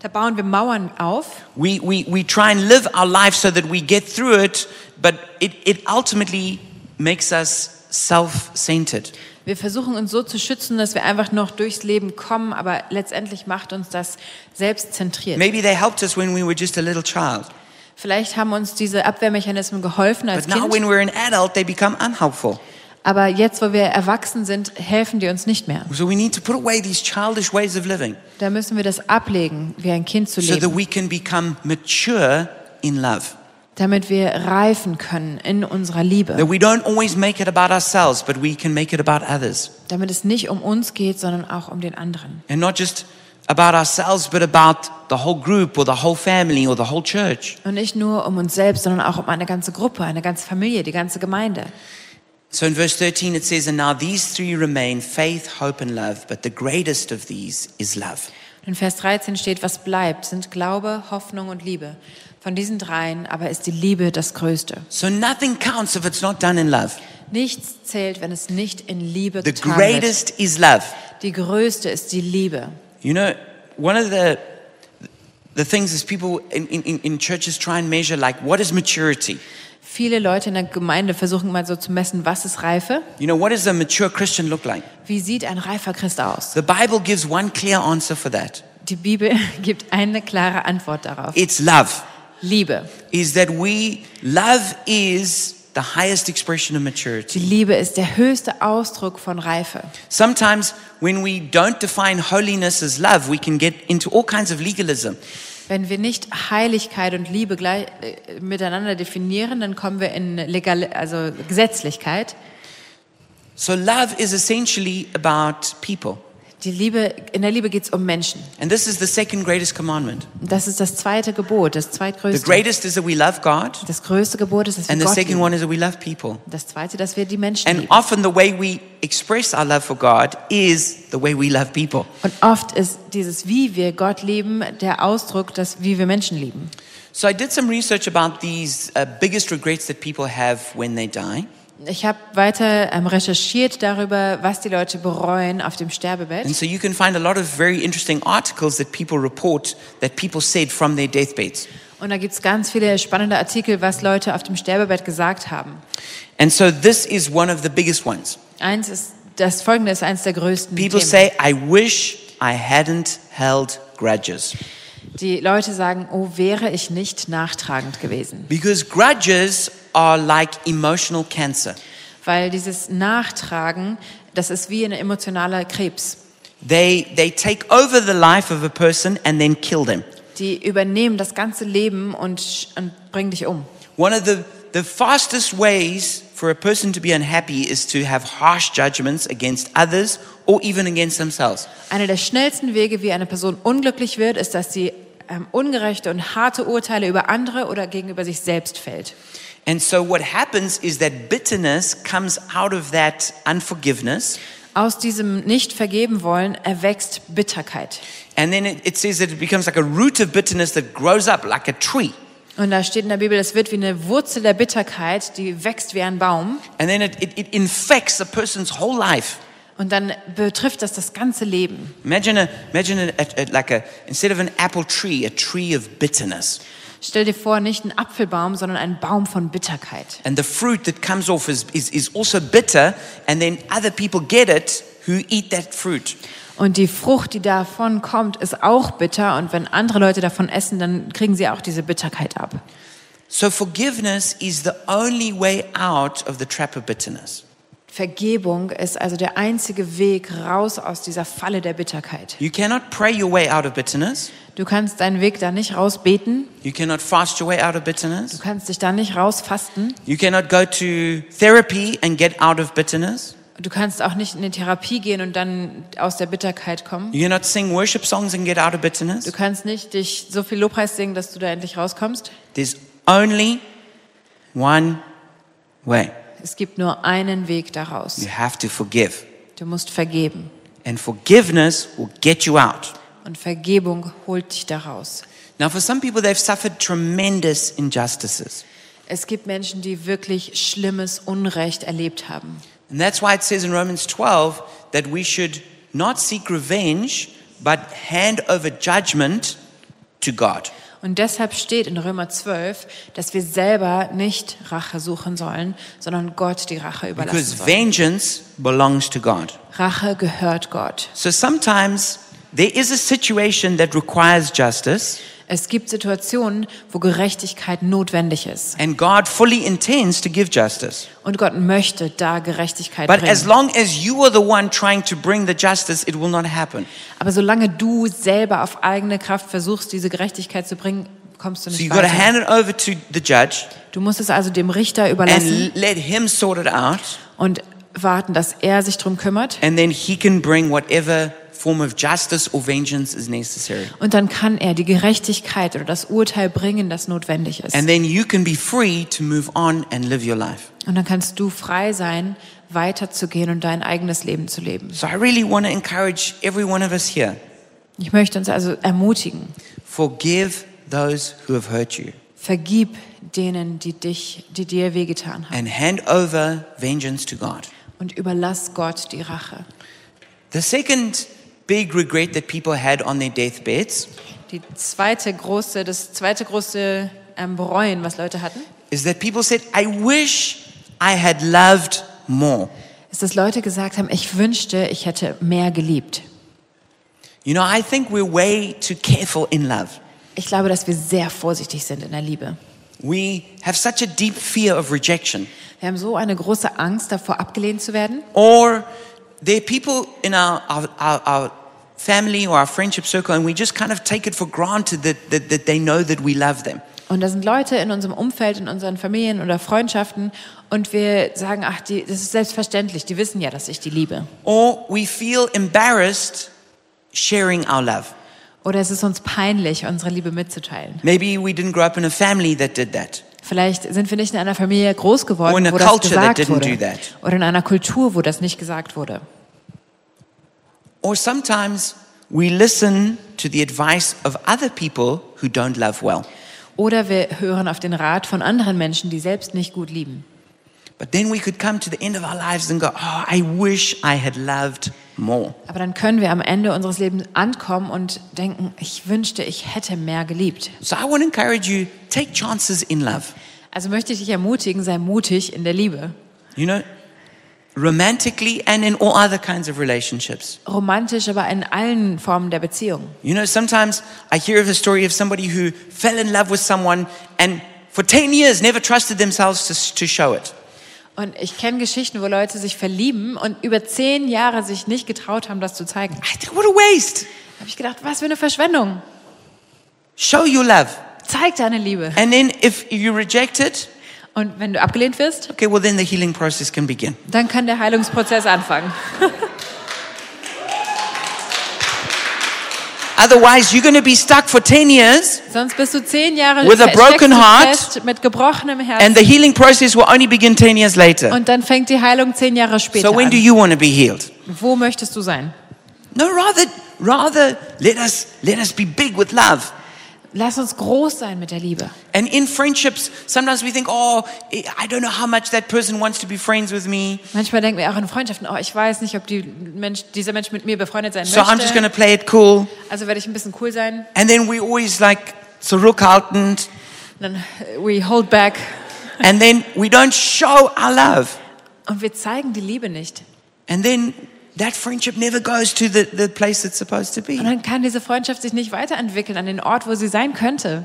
Speaker 2: da bauen wir Mauern auf.
Speaker 1: We, we, we try and live our life so that we get through it, but it, it ultimately makes us self centered.
Speaker 2: Wir versuchen uns so zu schützen, dass wir einfach noch durchs Leben kommen, aber letztendlich macht uns das selbst zentriert.
Speaker 1: Maybe they helped us when we were just a little child,
Speaker 2: Vielleicht haben uns diese Abwehrmechanismen geholfen als
Speaker 1: but now
Speaker 2: Kind,
Speaker 1: when we're an adult, they become unhelpful.
Speaker 2: aber jetzt, wo wir erwachsen sind, helfen die uns nicht mehr.
Speaker 1: So we need to put away these childish ways of living
Speaker 2: Da müssen wir das ablegen, wie ein Kind zu
Speaker 1: so that
Speaker 2: leben,
Speaker 1: we can become mature in love.
Speaker 2: damit wir reifen können in unserer
Speaker 1: That
Speaker 2: Liebe,
Speaker 1: we don't always make it about ourselves, but we can make it about others.
Speaker 2: damit es nicht um uns geht, sondern auch um den anderen.
Speaker 1: And not just about ourselves, but about the whole group or the whole family or the whole church.
Speaker 2: Und nicht nur um uns selbst, sondern auch um eine ganze Gruppe, eine ganze Familie, die ganze Gemeinde.
Speaker 1: So in verse 13 it says, And now these three remain faith, hope, and love, but the greatest of these is love.
Speaker 2: Und In Vers 13 steht, was bleibt, sind Glaube, Hoffnung und Liebe. Von diesen dreien aber ist die Liebe das Größte.
Speaker 1: So nothing counts if it's not done in love.
Speaker 2: Nichts zählt, wenn es nicht in Liebe
Speaker 1: The
Speaker 2: getan wird.
Speaker 1: greatest is love.
Speaker 2: Die Größte ist die Liebe.
Speaker 1: You know, one of the the things is people in, in, in churches try and measure like what is maturity?
Speaker 2: Viele Leute in der Gemeinde versuchen mal so zu messen, was ist Reife?
Speaker 1: You know, what does a mature Christian look like?
Speaker 2: Wie sieht ein reifer Christ aus?
Speaker 1: The Bible gives one clear answer for that.
Speaker 2: Die Bibel gibt eine klare Antwort darauf.
Speaker 1: It's love.
Speaker 2: Liebe.
Speaker 1: Is that we love is the highest expression of maturity.
Speaker 2: Die Liebe ist der höchste Ausdruck von Reife.
Speaker 1: Sometimes when we don't define holiness as love, we can get into all kinds of legalism.
Speaker 2: Wenn wir nicht Heiligkeit und Liebe gleich, äh, miteinander definieren, dann kommen wir in legal, also Gesetzlichkeit.
Speaker 1: So love is essentially about people.
Speaker 2: Die Liebe, in der Liebe geht es um Menschen.
Speaker 1: And this is the second greatest commandment.
Speaker 2: Und Das ist das zweite Gebot, das
Speaker 1: The
Speaker 2: zweitgrößte.
Speaker 1: greatest is that we love God,
Speaker 2: Das größte Gebot ist, dass wir
Speaker 1: and the
Speaker 2: Gott
Speaker 1: second
Speaker 2: lieben.
Speaker 1: one is that we love people.
Speaker 2: Das zweite, dass wir die Menschen
Speaker 1: And
Speaker 2: lieben.
Speaker 1: often the way we express our love for God is the way we love people.
Speaker 2: Und oft ist dieses, wie wir Gott lieben, der Ausdruck, dass wie wir Menschen lieben.
Speaker 1: So I did some research about these uh, biggest regrets that people have when they die.
Speaker 2: Ich habe weiter ähm, recherchiert darüber, was die Leute bereuen auf dem
Speaker 1: And
Speaker 2: Sterbebett.
Speaker 1: so you can find a lot of very interesting articles that people report that people said from their deathbeds.
Speaker 2: Und da gibt's ganz viele spannende Artikel, was Leute auf dem Sterbebett gesagt haben.
Speaker 1: And so this is one of the biggest ones.
Speaker 2: Eins ist, das folgende ist eins der größten
Speaker 1: People
Speaker 2: Themen.
Speaker 1: say, I wish I hadn't held grudges.
Speaker 2: die Leute sagen, oh, wäre ich nicht nachtragend gewesen.
Speaker 1: Because grudges are like emotional cancer.
Speaker 2: Weil dieses Nachtragen, das ist wie ein emotionaler Krebs.
Speaker 1: They, they take over the life of a person and then kill them.
Speaker 2: Die übernehmen das ganze Leben und, und bringen dich um.
Speaker 1: One of the, the fastest ways for a person to be unhappy is to have harsh judgments against others or even against themselves.
Speaker 2: Einer der schnellsten Wege, wie eine Person unglücklich wird, ist, dass sie ähm, ungerechte und harte Urteile über andere oder gegenüber sich selbst fällt.
Speaker 1: And so what happens is that bitterness comes out of that unforgiveness.
Speaker 2: Aus diesem nicht vergeben wollen erwächst Bitterkeit.
Speaker 1: And then it, it says that it becomes like a root of bitterness that grows up like a tree.
Speaker 2: Und da steht in der Bibel, das wird wie eine Wurzel der Bitterkeit, die wächst wie ein Baum.
Speaker 1: And then it, it, it infects a person's whole life.
Speaker 2: Und dann betrifft das das ganze Leben.
Speaker 1: Imagine, a, imagine a, a, a- like a, instead of an apple tree, a tree of bitterness.
Speaker 2: Stell dir vor, nicht ein Apfelbaum, sondern ein Baum von Bitterkeit.
Speaker 1: And the fruit that comes off is, is, is also bitter, and then other people get it who eat that fruit.
Speaker 2: Und die Frucht, die davon kommt, ist auch bitter. Und wenn andere Leute davon essen, dann kriegen sie auch diese Bitterkeit ab.
Speaker 1: So forgiveness is the only way out of the trap of bitterness.
Speaker 2: Vergebung ist also der einzige Weg raus aus dieser Falle der Bitterkeit.
Speaker 1: You cannot pray your way out of bitterness.
Speaker 2: Du kannst deinen Weg da nicht rausbeten,
Speaker 1: You cannot fast your way out of
Speaker 2: du
Speaker 1: bitterness.
Speaker 2: kannst dich da nicht rausfasten,
Speaker 1: You cannot go to therapy and get out of bitterness.
Speaker 2: Du kannst auch nicht in eine Therapie gehen und dann aus der Bitterkeit kommen.
Speaker 1: You cannot sing worship songs and get out of bitterness.
Speaker 2: Du kannst nicht dich so viel Lobpreis singen, dass du da endlich rauskommst.
Speaker 1: There's only one way.
Speaker 2: Es gibt nur einen Weg daraus.
Speaker 1: You have to forgive.
Speaker 2: Du musst vergeben.
Speaker 1: And forgiveness will get you out.
Speaker 2: Und Vergebung holt dich daraus.
Speaker 1: Now, for some people, they've suffered tremendous injustices.
Speaker 2: Es gibt Menschen, die wirklich schlimmes Unrecht erlebt haben.
Speaker 1: And that's why it says in Romans 12 that we should not seek revenge, but hand over judgment to God.
Speaker 2: Und deshalb steht in Römer 12, dass wir selber nicht Rache suchen sollen, sondern Gott die Rache überlassen
Speaker 1: Because
Speaker 2: sollen.
Speaker 1: vengeance belongs to God.
Speaker 2: Rache gehört Gott.
Speaker 1: So sometimes there is a situation that requires justice,
Speaker 2: Es gibt Situationen, wo Gerechtigkeit notwendig ist.
Speaker 1: and God fully intends to give justice.
Speaker 2: Und Gott möchte da Gerechtigkeit
Speaker 1: But as
Speaker 2: bringen.
Speaker 1: long as you are the one trying to bring the justice, it will not happen.
Speaker 2: Aber solange du selber auf eigene Kraft versuchst, diese Gerechtigkeit zu bringen, kommst du
Speaker 1: So you
Speaker 2: nicht
Speaker 1: got to
Speaker 2: weiter.
Speaker 1: hand it over to the judge
Speaker 2: Du musst es also dem Richter überlassen
Speaker 1: and let him sort it out,
Speaker 2: und warten, dass er sich drum kümmert.
Speaker 1: and then he can bring whatever form of justice or vengeance is necessary.
Speaker 2: Und dann kann er die Gerechtigkeit oder das Urteil bringen, das notwendig ist.
Speaker 1: And then you can be free to move on and live your life.
Speaker 2: Und dann kannst du frei sein, weiterzugehen und dein eigenes Leben zu leben.
Speaker 1: So I really want to encourage every one of us here
Speaker 2: Ich möchte uns also ermutigen,
Speaker 1: forgive those who have hurt you.
Speaker 2: vergib denen, die dich, die dir wehgetan haben
Speaker 1: and hand over vengeance to God.
Speaker 2: und überlass Gott die Rache.
Speaker 1: The second big regret that people had on their deathbeds
Speaker 2: Die zweite große, das zweite große ähm, Bereuen, was Leute hatten,
Speaker 1: is that people said, I wish I had loved more.
Speaker 2: ist, dass Leute gesagt haben, ich wünschte, ich hätte mehr geliebt.
Speaker 1: You know, I think we're way too careful in love.
Speaker 2: Ich glaube, dass wir sehr vorsichtig sind in der Liebe.
Speaker 1: We have such a deep fear of rejection.
Speaker 2: Wir haben so eine große Angst davor, abgelehnt zu werden.
Speaker 1: Or there are people in our, our, our, our family or our friendship circle, and we just kind of take it for granted that, that, that they know that we love them.
Speaker 2: Und da sind Leute in unserem Umfeld, in unseren Familien oder Freundschaften und wir sagen, ach, die, das ist selbstverständlich, die wissen ja, dass ich die liebe.
Speaker 1: Or we feel embarrassed sharing our love.
Speaker 2: Oder es ist uns peinlich, unsere Liebe mitzuteilen.
Speaker 1: Maybe we didn't grow up in a family that did that.
Speaker 2: Vielleicht sind wir nicht in einer Familie groß
Speaker 1: Or in
Speaker 2: geworden,
Speaker 1: a
Speaker 2: wo das
Speaker 1: culture that
Speaker 2: gesagt
Speaker 1: didn't
Speaker 2: wurde.
Speaker 1: do that.
Speaker 2: Oder in einer Kultur, wo das nicht gesagt wurde.
Speaker 1: Or sometimes we listen to the advice of other people who don't love well.
Speaker 2: Oder wir hören auf den Rat von anderen Menschen, die selbst nicht gut lieben.
Speaker 1: But then we could come to the end of our lives and go, oh, I wish I had loved more.
Speaker 2: Aber dann können wir am Ende unseres Lebens ankommen und denken, ich wünschte, ich hätte mehr geliebt.
Speaker 1: So I want to encourage you, take chances in love.
Speaker 2: Also möchte ich dich ermutigen, sei mutig in der Liebe.
Speaker 1: You know, romantically and in all other kinds of relationships.
Speaker 2: romantisch, aber in allen Formen der Beziehung.
Speaker 1: You know, sometimes I hear of the story of somebody who fell in love with someone and for 10 years never trusted themselves to, to show it.
Speaker 2: Und ich kenne Geschichten, wo Leute sich verlieben und über zehn Jahre sich nicht getraut haben, das zu zeigen.
Speaker 1: I think, what a waste.
Speaker 2: Habe ich gedacht, was für eine Verschwendung.
Speaker 1: Show your love.
Speaker 2: Zeig deine Liebe.
Speaker 1: And then if you reject it,
Speaker 2: Und wenn du abgelehnt wirst,
Speaker 1: okay, well, then the healing process can begin.
Speaker 2: dann kann der Heilungsprozess anfangen.
Speaker 1: Otherwise, you're going to be stuck for 10 years
Speaker 2: Sonst bist du zehn Jahre
Speaker 1: With a
Speaker 2: fe- steckst
Speaker 1: broken
Speaker 2: du
Speaker 1: heart.
Speaker 2: fest mit gebrochenem
Speaker 1: and
Speaker 2: Herzen.
Speaker 1: the healing process will only begin 10 years later.
Speaker 2: Und dann fängt die Heilung zehn Jahre später
Speaker 1: So when do
Speaker 2: an.
Speaker 1: you want to be healed?
Speaker 2: Wo möchtest du sein?
Speaker 1: No, rather, rather let us, let us be big with love.
Speaker 2: Lass uns groß sein mit der Liebe.
Speaker 1: And in friendships, sometimes we think, oh, I don't know how much that person wants to be friends with me.
Speaker 2: Manchmal denken wir auch in Freundschaften, oh, ich weiß nicht, ob die Mensch, dieser Mensch mit mir befreundet sein
Speaker 1: So I'm just going
Speaker 2: möchte.
Speaker 1: to play it cool.
Speaker 2: Also werde ich ein bisschen cool sein.
Speaker 1: And then we always like zurückhaltend.
Speaker 2: Dann äh, we hold back
Speaker 1: And then we don't show our love.
Speaker 2: und wir zeigen die Liebe nicht.
Speaker 1: And then that friendship never goes to the, the place it's supposed to be.
Speaker 2: Und
Speaker 1: I,
Speaker 2: dann kann diese Freundschaft sich nicht weiterentwickeln an den Ort, wo sie sein könnte.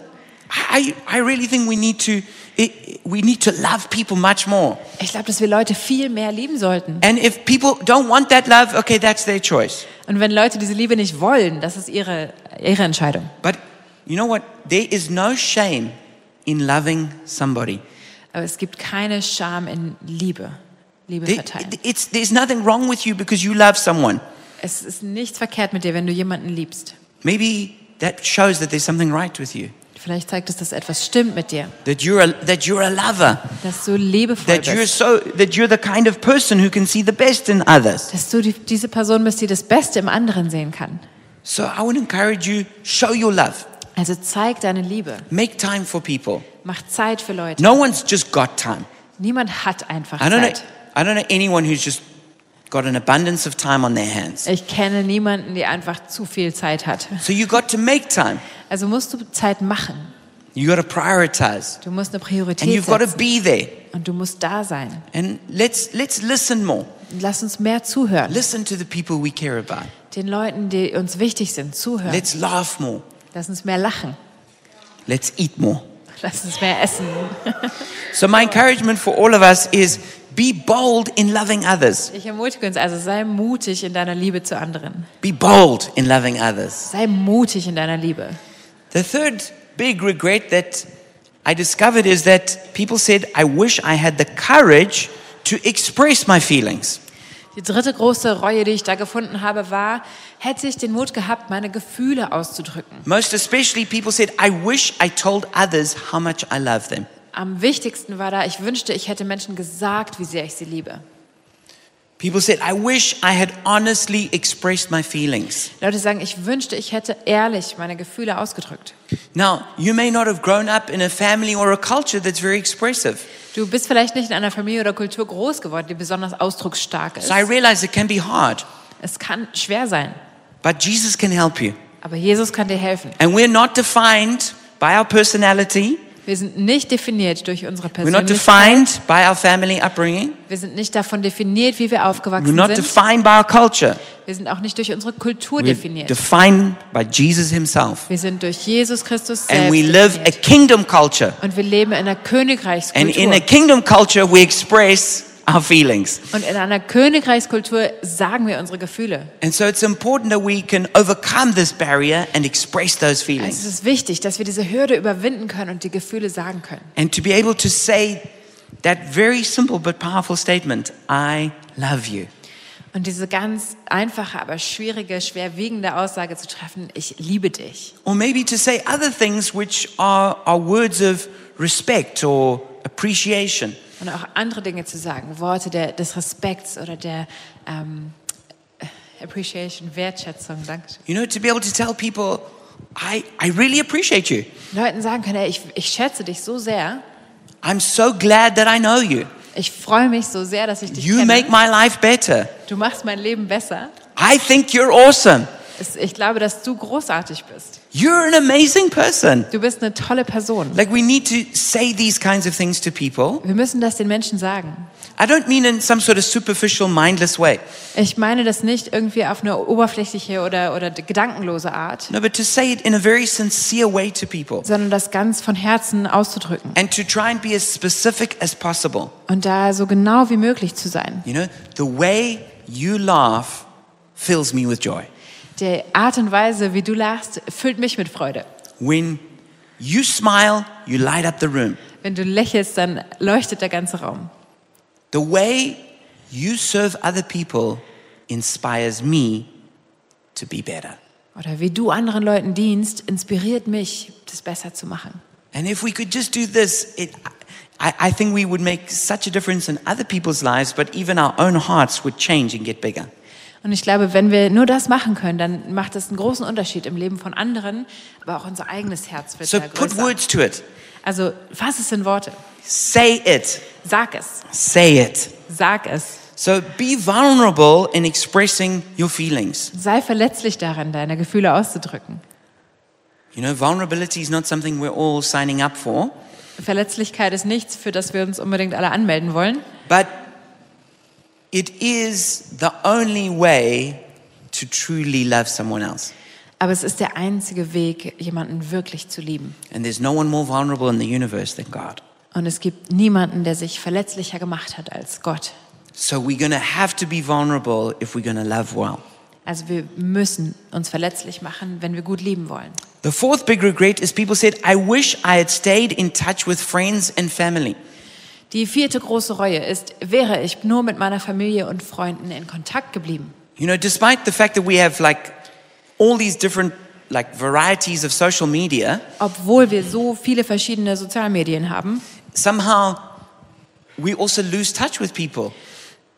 Speaker 1: I I really think we need to, it, we need to love people much more.
Speaker 2: Ich glaube, dass wir Leute viel mehr lieben sollten.
Speaker 1: And if people don't want that love, okay, that's their choice.
Speaker 2: Und wenn Leute diese Liebe nicht wollen, das ist ihre, ihre Entscheidung.
Speaker 1: But you know what? There is no shame in loving somebody.
Speaker 2: Aber es gibt keine Scham in Liebe. Liebe
Speaker 1: There-
Speaker 2: verteilen.
Speaker 1: it's, there's nothing wrong with you because you love someone.
Speaker 2: Es ist nichts verkehrt mit dir, wenn du jemanden liebst.
Speaker 1: Maybe that shows that there's something right with you,
Speaker 2: Vielleicht zeigt es, dass etwas stimmt mit dir,
Speaker 1: that you're a, that you're a lover,
Speaker 2: dass du liebevoll
Speaker 1: that you're
Speaker 2: bist,
Speaker 1: so that you're the kind of person who can see the best in others.
Speaker 2: dass du die, diese Person bist, die das Beste im anderen sehen kann.
Speaker 1: So I would encourage you: show your love,
Speaker 2: Also zeig deine Liebe,
Speaker 1: make time for people.
Speaker 2: mach Zeit für Leute.
Speaker 1: No one's just got time.
Speaker 2: Niemand hat einfach
Speaker 1: I don't know.
Speaker 2: Zeit.
Speaker 1: I don't know anyone who's just got an abundance of time on their hands.
Speaker 2: Ich kenne niemanden, der einfach zu viel Zeit hat.
Speaker 1: So you got to make time.
Speaker 2: Also musst du Zeit machen.
Speaker 1: You got to prioritize,
Speaker 2: Du musst eine
Speaker 1: and
Speaker 2: Priorität
Speaker 1: you've got to
Speaker 2: setzen
Speaker 1: be there.
Speaker 2: und du musst da sein.
Speaker 1: And let's let's listen more.
Speaker 2: Lass uns mehr zuhören.
Speaker 1: Listen to the people we care about.
Speaker 2: Den Leuten, die uns wichtig sind, zuhören.
Speaker 1: Let's laugh more.
Speaker 2: Lass uns mehr lachen.
Speaker 1: Let's eat more.
Speaker 2: Lass uns mehr essen.
Speaker 1: So my encouragement for all of us is be bold in loving others.
Speaker 2: Ich ermutige uns also, sei mutig in deiner Liebe zu anderen.
Speaker 1: Be bold in loving others.
Speaker 2: Sei mutig in deiner Liebe.
Speaker 1: The third big regret that I discovered is that people said I wish I had the courage to express my feelings.
Speaker 2: Die dritte große Reue, die ich da gefunden habe, war, hätte ich den Mut gehabt, meine Gefühle auszudrücken.
Speaker 1: Most especially people said I wish I told others how much I love them.
Speaker 2: Am wichtigsten war da, ich wünschte, ich hätte Menschen gesagt, wie sehr ich sie liebe.
Speaker 1: People said I wish I had honestly expressed my feelings.
Speaker 2: Leute sagen, ich wünschte, ich hätte ehrlich meine Gefühle ausgedrückt.
Speaker 1: Now, you may not have grown up in a family or a culture that's very expressive.
Speaker 2: Du bist vielleicht nicht in einer Familie oder Kultur groß geworden, die besonders ausdrucksstark ist.
Speaker 1: So I realize it can be hard,
Speaker 2: Es kann schwer sein,
Speaker 1: but Jesus can help you.
Speaker 2: aber Jesus kann dir helfen.
Speaker 1: And we're not defined by our personality.
Speaker 2: Wir sind nicht definiert durch unsere
Speaker 1: We're not
Speaker 2: Persönlichkeit.
Speaker 1: defined by our family upbringing.
Speaker 2: Wir sind nicht davon definiert, wie wir
Speaker 1: We're
Speaker 2: aufgewachsen
Speaker 1: not
Speaker 2: sind.
Speaker 1: defined by our culture.
Speaker 2: Wir sind auch nicht durch unsere Kultur
Speaker 1: We're
Speaker 2: definiert.
Speaker 1: defined by Jesus himself.
Speaker 2: Wir sind durch Jesus Christus
Speaker 1: And
Speaker 2: selbst
Speaker 1: we live a
Speaker 2: definiert.
Speaker 1: kingdom culture.
Speaker 2: Und wir leben in einer
Speaker 1: And in a
Speaker 2: Königreichskultur.
Speaker 1: kingdom culture, we express our feelings.
Speaker 2: Und in einer Königreichskultur sagen wir unsere Gefühle.
Speaker 1: And so it's important that we can overcome this barrier and express those
Speaker 2: Also es
Speaker 1: feelings.
Speaker 2: ist wichtig, dass wir diese Hürde überwinden können und die Gefühle sagen können.
Speaker 1: And to be able to say that very simple but powerful statement I love you.
Speaker 2: Und diese ganz einfache, aber schwierige, schwerwiegende Aussage zu treffen, ich liebe dich.
Speaker 1: Or maybe to say other things which are, are words of respect or appreciation.
Speaker 2: Und auch andere Dinge zu sagen, Worte der, des Respekts oder der ähm, Appreciation, Wertschätzung, Dankeschön.
Speaker 1: You know, to be able to tell people, I, I really appreciate you.
Speaker 2: Leuten sagen können, ey, ich, ich schätze dich so sehr,
Speaker 1: I'm so glad that I know you.
Speaker 2: ich freue mich so sehr, dass ich dich
Speaker 1: You
Speaker 2: kenne.
Speaker 1: make my life better.
Speaker 2: Du machst mein Leben besser.
Speaker 1: I think you're awesome.
Speaker 2: Es- Ich glaube, dass du großartig bist.
Speaker 1: You're an amazing person.
Speaker 2: Du bist eine tolle Person.
Speaker 1: Like, we need to say these kinds of things to people.
Speaker 2: Wir müssen das den Menschen sagen.
Speaker 1: I don't mean in some sort of superficial, mindless way.
Speaker 2: Ich meine das nicht irgendwie auf eine oberflächliche oder, oder gedankenlose Art,
Speaker 1: No, but to say it in a very sincere way to people
Speaker 2: sondern das ganz von Herzen auszudrücken
Speaker 1: and to try and be as specific as possible.
Speaker 2: und da so genau wie möglich zu sein.
Speaker 1: You know, the way you laugh fills me with joy.
Speaker 2: Die Art und Weise, wie du lachst, füllt mich mit Freude.
Speaker 1: When you smile, you light up the room.
Speaker 2: Wenn du lächelst, dann leuchtet der ganze Raum.
Speaker 1: The way you serve other people inspires me to be better.
Speaker 2: Oder wie du anderen Leuten dienst, inspiriert mich, das besser zu machen.
Speaker 1: And if we could just do this, it, I, I think we would make such a difference in other people's lives, but even our own hearts would change and get bigger.
Speaker 2: Und ich glaube, wenn wir nur das machen können, dann macht das einen großen Unterschied im Leben von anderen, aber auch unser eigenes Herz wird
Speaker 1: So
Speaker 2: da
Speaker 1: put
Speaker 2: größer.
Speaker 1: words to it.
Speaker 2: Also fass es in Worte.
Speaker 1: Say it.
Speaker 2: Sag es.
Speaker 1: Say it.
Speaker 2: Sag es.
Speaker 1: So be vulnerable in expressing your feelings.
Speaker 2: Sei verletzlich darin, deine Gefühle auszudrücken.
Speaker 1: You know, vulnerability is not something we're all signing up for,
Speaker 2: Verletzlichkeit ist nichts, für das wir uns unbedingt alle anmelden wollen,
Speaker 1: but it is the only way to truly love someone else.
Speaker 2: aber es ist der einzige Weg, jemanden wirklich zu lieben.
Speaker 1: And there's no one more vulnerable in the universe than God.
Speaker 2: Und es gibt niemanden, der sich verletzlicher gemacht hat als Gott.
Speaker 1: So we're going to have to be vulnerable if we're going to love well.
Speaker 2: Also wir müssen uns verletzlich machen, wenn wir gut lieben wollen.
Speaker 1: The fourth big regret is people said, I wish I had stayed in touch with friends and family.
Speaker 2: Die vierte große Reue ist, wäre ich nur mit meiner Familie und Freunden in Kontakt geblieben.
Speaker 1: You know, despite the fact that we have like all these different like varieties of social media,
Speaker 2: Obwohl wir so viele verschiedene Sozialmedien haben,
Speaker 1: somehow we also lose touch with people.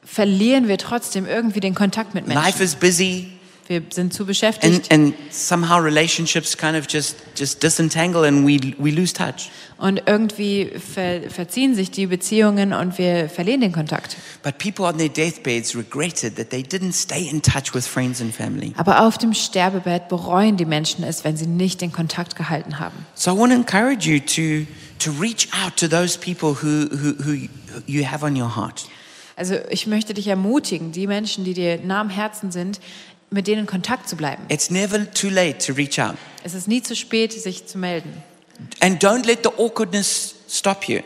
Speaker 2: verlieren wir trotzdem irgendwie den Kontakt mit
Speaker 1: Life
Speaker 2: Menschen.
Speaker 1: is busy
Speaker 2: Wir sind zu
Speaker 1: and,
Speaker 2: beschäftigt
Speaker 1: and somehow relationships kind of just, just disentangle and we, we lose touch.
Speaker 2: und irgendwie ver verziehen sich die Beziehungen und wir verlieren den Kontakt.
Speaker 1: But people on their deathbeds regretted that they didn't stay in touch with friends and family.
Speaker 2: Aber auf dem Sterbebett bereuen die Menschen es, wenn sie nicht den Kontakt gehalten haben.
Speaker 1: So I want to encourage you to, to reach out to those people who, who, who you have on your heart.
Speaker 2: Also ich möchte dich ermutigen, die Menschen, die dir nah am Herzen sind, mit denen in Kontakt zu bleiben.
Speaker 1: It's never too late to reach out.
Speaker 2: Es ist nie zu spät, sich zu melden.
Speaker 1: And don't let the awkwardness stop you.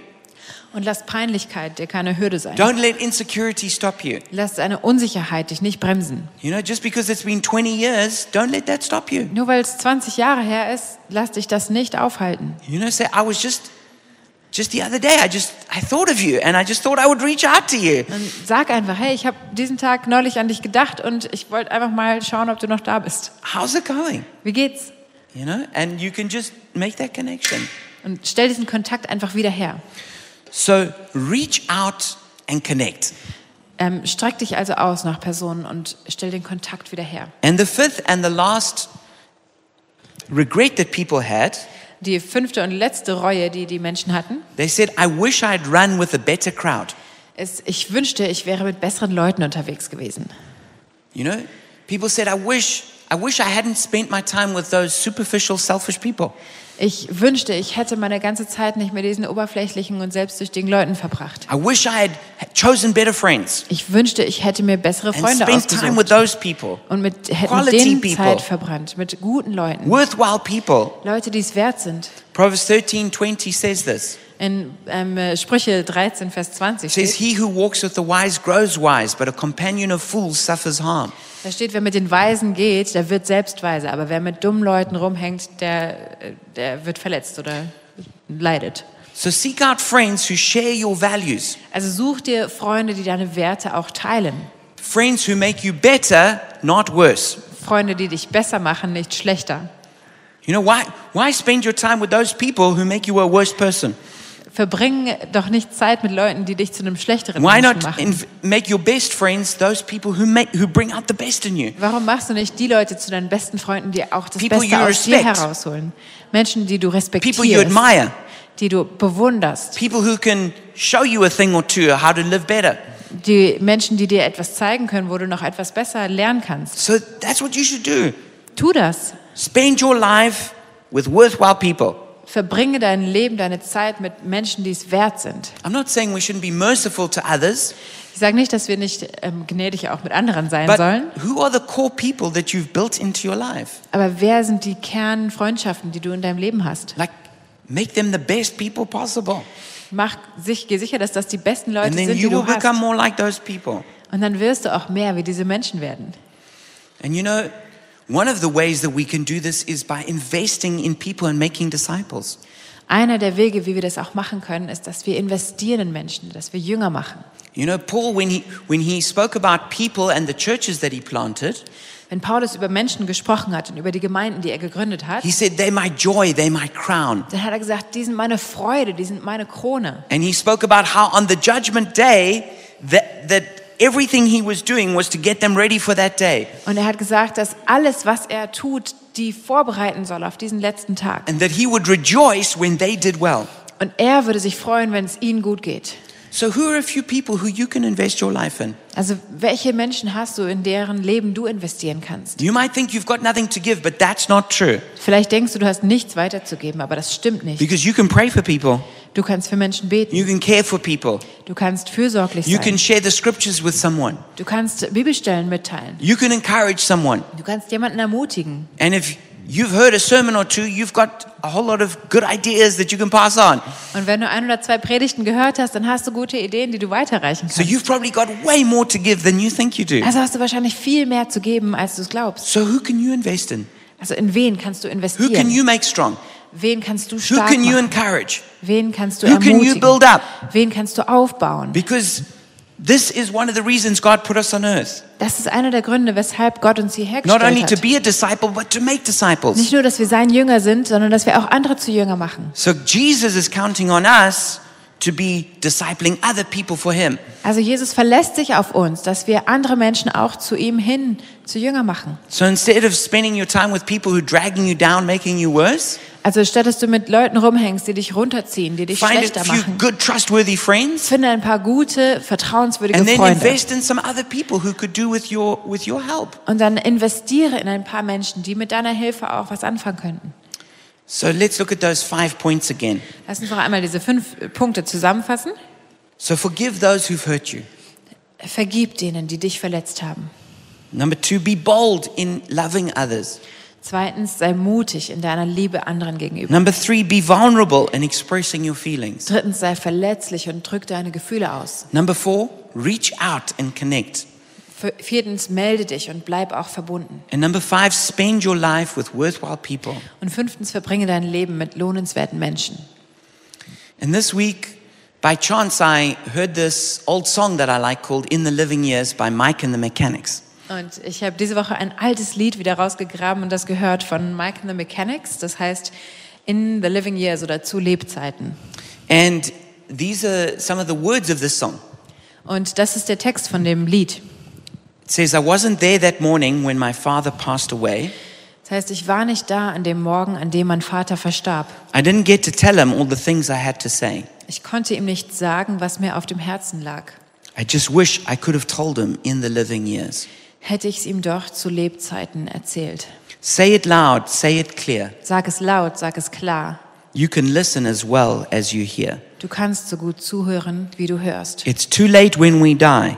Speaker 2: Und lass Peinlichkeit dir keine Hürde sein.
Speaker 1: Don't let insecurity stop you.
Speaker 2: Lass eine Unsicherheit dich nicht bremsen.
Speaker 1: You know, just because it's been 20 years, don't let that stop you.
Speaker 2: Nur weil es 20 Jahre her ist, lass dich das nicht aufhalten.
Speaker 1: You know, say, I was just, just the other day, I just, I thought of you and I just thought I would reach out to you.
Speaker 2: Dann sag einfach, hey, ich habe diesen Tag neulich an dich gedacht und ich wollte einfach mal schauen, ob du noch da bist.
Speaker 1: How's it going?
Speaker 2: Wie geht's?
Speaker 1: You know, and you can just make that connection.
Speaker 2: Und stell diesen Kontakt einfach wieder her.
Speaker 1: So reach out and connect.
Speaker 2: Ähm, streck dich also aus nach Personen und stell den Kontakt wieder her.
Speaker 1: And the fifth and the last regret that people had,
Speaker 2: Die fünfte und letzte Reue, die die Menschen hatten,
Speaker 1: they said, I wish I'd run with a better crowd.
Speaker 2: ist, ich wünschte, ich wäre mit besseren Leuten unterwegs gewesen.
Speaker 1: You know, people said, I wish, I wish I hadn't spent my time with those superficial, selfish people.
Speaker 2: Ich wünschte, ich hätte meine ganze Zeit nicht mit diesen oberflächlichen und selbstsüchtigen Leuten verbracht.
Speaker 1: I wish I had chosen better friends
Speaker 2: Ich wünschte, ich hätte mir bessere
Speaker 1: and
Speaker 2: Freunde
Speaker 1: spent time
Speaker 2: ausgesucht
Speaker 1: with those people,
Speaker 2: und mit, hätte mit
Speaker 1: quality
Speaker 2: denen
Speaker 1: people.
Speaker 2: Zeit verbrannt, mit guten Leuten,
Speaker 1: worthwhile people.
Speaker 2: Leute, die es wert sind.
Speaker 1: Proverbs 13:20 says this.
Speaker 2: In ähm, äh, Sprüche 13, Vers 20
Speaker 1: It says,
Speaker 2: steht,
Speaker 1: He who walks with the wise grows wise, but a companion of fools suffers harm.
Speaker 2: da steht, wer mit den Weisen geht, der wird selbst weise, aber wer mit dummen Leuten rumhängt, der, äh, der wird verletzt oder leidet.
Speaker 1: So seek out friends who share your values,
Speaker 2: Also such dir Freunde, die deine Werte auch teilen.
Speaker 1: friends who make you better, not worse.
Speaker 2: Freunde, die dich besser machen, nicht schlechter.
Speaker 1: You know why? Why spend your time with those people who make you a worse person?
Speaker 2: Verbring doch nicht Zeit mit Leuten, die dich zu einem schlechteren
Speaker 1: Why
Speaker 2: Menschen
Speaker 1: not
Speaker 2: machen.
Speaker 1: inv- make your best friends those people who make who bring out the best in you?
Speaker 2: Warum machst du nicht die Leute zu deinen besten Freunden, die auch das
Speaker 1: People
Speaker 2: Beste
Speaker 1: you
Speaker 2: aus dir
Speaker 1: respect.
Speaker 2: herausholen? Menschen, die du respektierst,
Speaker 1: People you admire,
Speaker 2: die du bewunderst,
Speaker 1: people who can show you a thing or two how to live better.
Speaker 2: die Menschen, die dir etwas zeigen können, wo du noch etwas besser lernen kannst.
Speaker 1: So that's what you should do.
Speaker 2: Tu das.
Speaker 1: Spend your life with worthwhile people.
Speaker 2: Verbringe dein Leben, deine Zeit mit Menschen, die es wert sind.
Speaker 1: I'm not saying we shouldn't be merciful to others,
Speaker 2: Ich sage nicht, dass wir nicht ähm, gnädig auch mit anderen sein
Speaker 1: but
Speaker 2: sollen,
Speaker 1: who are the core people that you've built into your life?
Speaker 2: aber wer sind die Kernfreundschaften, die du in deinem Leben hast?
Speaker 1: Like, make them the best people possible,
Speaker 2: Mach sich, geh sicher, dass das die besten Leute
Speaker 1: and then
Speaker 2: sind,
Speaker 1: you
Speaker 2: die
Speaker 1: will
Speaker 2: du hast.
Speaker 1: become more like those people.
Speaker 2: Und dann wirst du auch mehr wie diese Menschen werden.
Speaker 1: And you know, one of the ways that we can do this is by investing in people and making disciples.
Speaker 2: Einer der Wege, wie wir das auch machen können, ist, dass wir investieren in Menschen, dass wir Jünger machen.
Speaker 1: You know, Paul, when he, when he spoke about people and the churches that he planted,
Speaker 2: Wenn Paulus über Menschen gesprochen hat und über die Gemeinden, die er gegründet hat,
Speaker 1: he said, They're my joy, they're my crown.
Speaker 2: dann hat er gesagt, die sind meine Freude, die sind meine Krone.
Speaker 1: And he spoke about how on the judgment day, that, that everything he was doing was to get them ready for that day.
Speaker 2: Und er hat gesagt, dass alles, was er tut, die vorbereiten soll auf diesen letzten Tag.
Speaker 1: and that he would rejoice when they did well.
Speaker 2: Und er würde sich freuen, wenn es ihnen gut geht.
Speaker 1: So, who are a few people who you can invest your life in?
Speaker 2: Also welche Menschen hast du, in deren Leben du investieren kannst?
Speaker 1: You might think you've got nothing to give, but that's not true
Speaker 2: Vielleicht denkst du, du hast nichts weiterzugeben, aber das stimmt nicht.
Speaker 1: because you can pray for people,
Speaker 2: Du kannst für Menschen beten,
Speaker 1: you can care for people,
Speaker 2: du kannst fürsorglich
Speaker 1: you can
Speaker 2: sein,
Speaker 1: share the scriptures with someone,
Speaker 2: du kannst Bibelstellen mitteilen,
Speaker 1: you can encourage someone.
Speaker 2: du kannst jemanden ermutigen.
Speaker 1: And if you've heard a sermon or two, you've got a whole lot of good ideas that you can pass on.
Speaker 2: Und wenn du ein oder zwei Predigten gehört hast, dann hast du gute Ideen, die du weiterreichen
Speaker 1: So,
Speaker 2: kannst.
Speaker 1: you've probably got way more to give than you think you do.
Speaker 2: Also hast du wahrscheinlich viel mehr zu geben, als du es glaubst.
Speaker 1: So, who can you invest in?
Speaker 2: Also in wen kannst du
Speaker 1: Who can
Speaker 2: investieren?
Speaker 1: you make strong?
Speaker 2: Wen kannst du
Speaker 1: Who
Speaker 2: stark
Speaker 1: can you
Speaker 2: machen?
Speaker 1: encourage?
Speaker 2: Wen kannst du
Speaker 1: Who can you
Speaker 2: ermutigen?
Speaker 1: build up?
Speaker 2: Wen kannst du aufbauen?
Speaker 1: Because this is one of the reasons God put us on earth.
Speaker 2: Das ist einer der Gründe, weshalb Gott uns hierher
Speaker 1: Not only
Speaker 2: gestellt
Speaker 1: to
Speaker 2: hat.
Speaker 1: be a disciple, but to make disciples.
Speaker 2: Nicht nur, dass wir sein Jünger sind, sondern dass wir auch andere zu Jünger machen.
Speaker 1: So Jesus is counting on us to be discipling other people for him.
Speaker 2: Also Jesus verlässt sich auf uns, dass wir andere Menschen auch zu ihm hin zu Jünger machen.
Speaker 1: So instead of spending your time with people who are dragging you down, making you worse,
Speaker 2: Also statt dass du mit Leuten rumhängst, die dich runterziehen, die dich
Speaker 1: find a
Speaker 2: schlechter
Speaker 1: few
Speaker 2: machen,
Speaker 1: good, trustworthy friends,
Speaker 2: finde ein paar gute, vertrauenswürdige
Speaker 1: and then
Speaker 2: Freunde
Speaker 1: invest in some other people who could do with your with your help.
Speaker 2: und dann investiere in ein paar Menschen, die mit deiner Hilfe auch was anfangen könnten.
Speaker 1: So let's look at those five points again.
Speaker 2: Lass uns noch einmal diese fünf äh, Punkte zusammenfassen.
Speaker 1: So forgive those who've hurt you.
Speaker 2: Vergib denen, die dich verletzt haben.
Speaker 1: Number two, be bold in loving others.
Speaker 2: Zweitens, sei mutig in deiner Liebe anderen gegenüber.
Speaker 1: Number three, be vulnerable in expressing your feelings.
Speaker 2: Drittens, sei verletzlich und drück deine Gefühle aus.
Speaker 1: Number four, reach out and connect.
Speaker 2: F- Viertens, melde dich und bleib auch verbunden.
Speaker 1: And number five, spend your life with worthwhile people.
Speaker 2: Und fünftens, verbringe dein Leben mit lohnenswerten Menschen.
Speaker 1: And this week, by chance, I heard this old song that I like called In the Living Years by Mike and the Mechanics.
Speaker 2: Und ich habe diese Woche ein altes Lied wieder rausgegraben und das gehört von Mike and the Mechanics. Das heißt In the Living Years oder Zu Lebzeiten.
Speaker 1: And these are some of the words of this song.
Speaker 2: Und das ist der Text von dem Lied.
Speaker 1: It says, I wasn't there that morning when my father passed away.
Speaker 2: Das heißt, ich war nicht da an dem Morgen, an dem mein Vater verstarb.
Speaker 1: I didn't get to tell him all the things I had to say.
Speaker 2: Ich konnte ihm nicht sagen, was mir auf dem Herzen lag.
Speaker 1: I just wish I could have told him in the living years.
Speaker 2: Hätte ich es ihm doch zu Lebzeiten erzählt.
Speaker 1: Say it loud, say it clear.
Speaker 2: Sag es laut, sag es klar.
Speaker 1: You can listen as well as you hear.
Speaker 2: Du kannst so gut zuhören, wie du hörst.
Speaker 1: It's too late when we die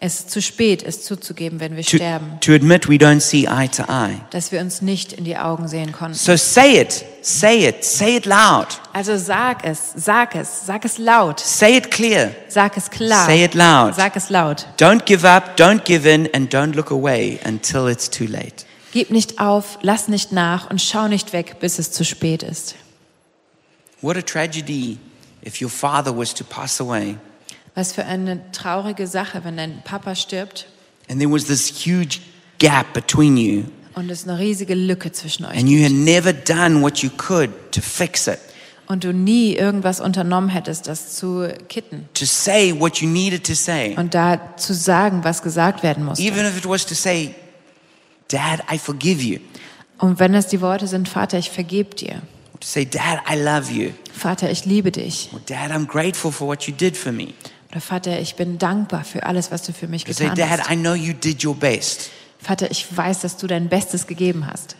Speaker 2: Es ist zu spät, es zuzugeben, wenn wir sterben.
Speaker 1: to, to admit we don't see eye to eye.
Speaker 2: dass wir uns nicht in die Augen sehen konnten.
Speaker 1: So say it, say it, say it loud,
Speaker 2: Also sag es, sag es, sag es laut,
Speaker 1: say it clear,
Speaker 2: sag es klar,
Speaker 1: say it loud.
Speaker 2: sag es laut.
Speaker 1: Don't give up, don't give in, and don't look away until it's too late.
Speaker 2: Gib nicht auf, lass nicht nach und schau nicht weg, bis es zu spät ist.
Speaker 1: What a tragedy if your father was to pass away
Speaker 2: Was für eine traurige Sache, wenn dein Papa stirbt
Speaker 1: and there was this huge gap between you
Speaker 2: und es eine riesige Lücke zwischen euch
Speaker 1: and you had never done what you could to fix it,
Speaker 2: und du nie irgendwas unternommen hättest, das zu kitten
Speaker 1: to say what you needed to say,
Speaker 2: und da zu sagen, was gesagt werden muss.
Speaker 1: even if it was to say, Dad, I forgive you,
Speaker 2: Und wenn das die Worte sind, Vater, ich vergeb dir.
Speaker 1: or to say, Dad, I love you,
Speaker 2: Vater, ich liebe dich.
Speaker 1: or Dad, I'm grateful for what you did for me.
Speaker 2: Oder Vater, ich bin dankbar für alles, was du für mich
Speaker 1: To say,
Speaker 2: getan
Speaker 1: Dad,
Speaker 2: hast.
Speaker 1: I know you did your best.
Speaker 2: Vater, ich weiß, dass du dein Bestes gegeben hast.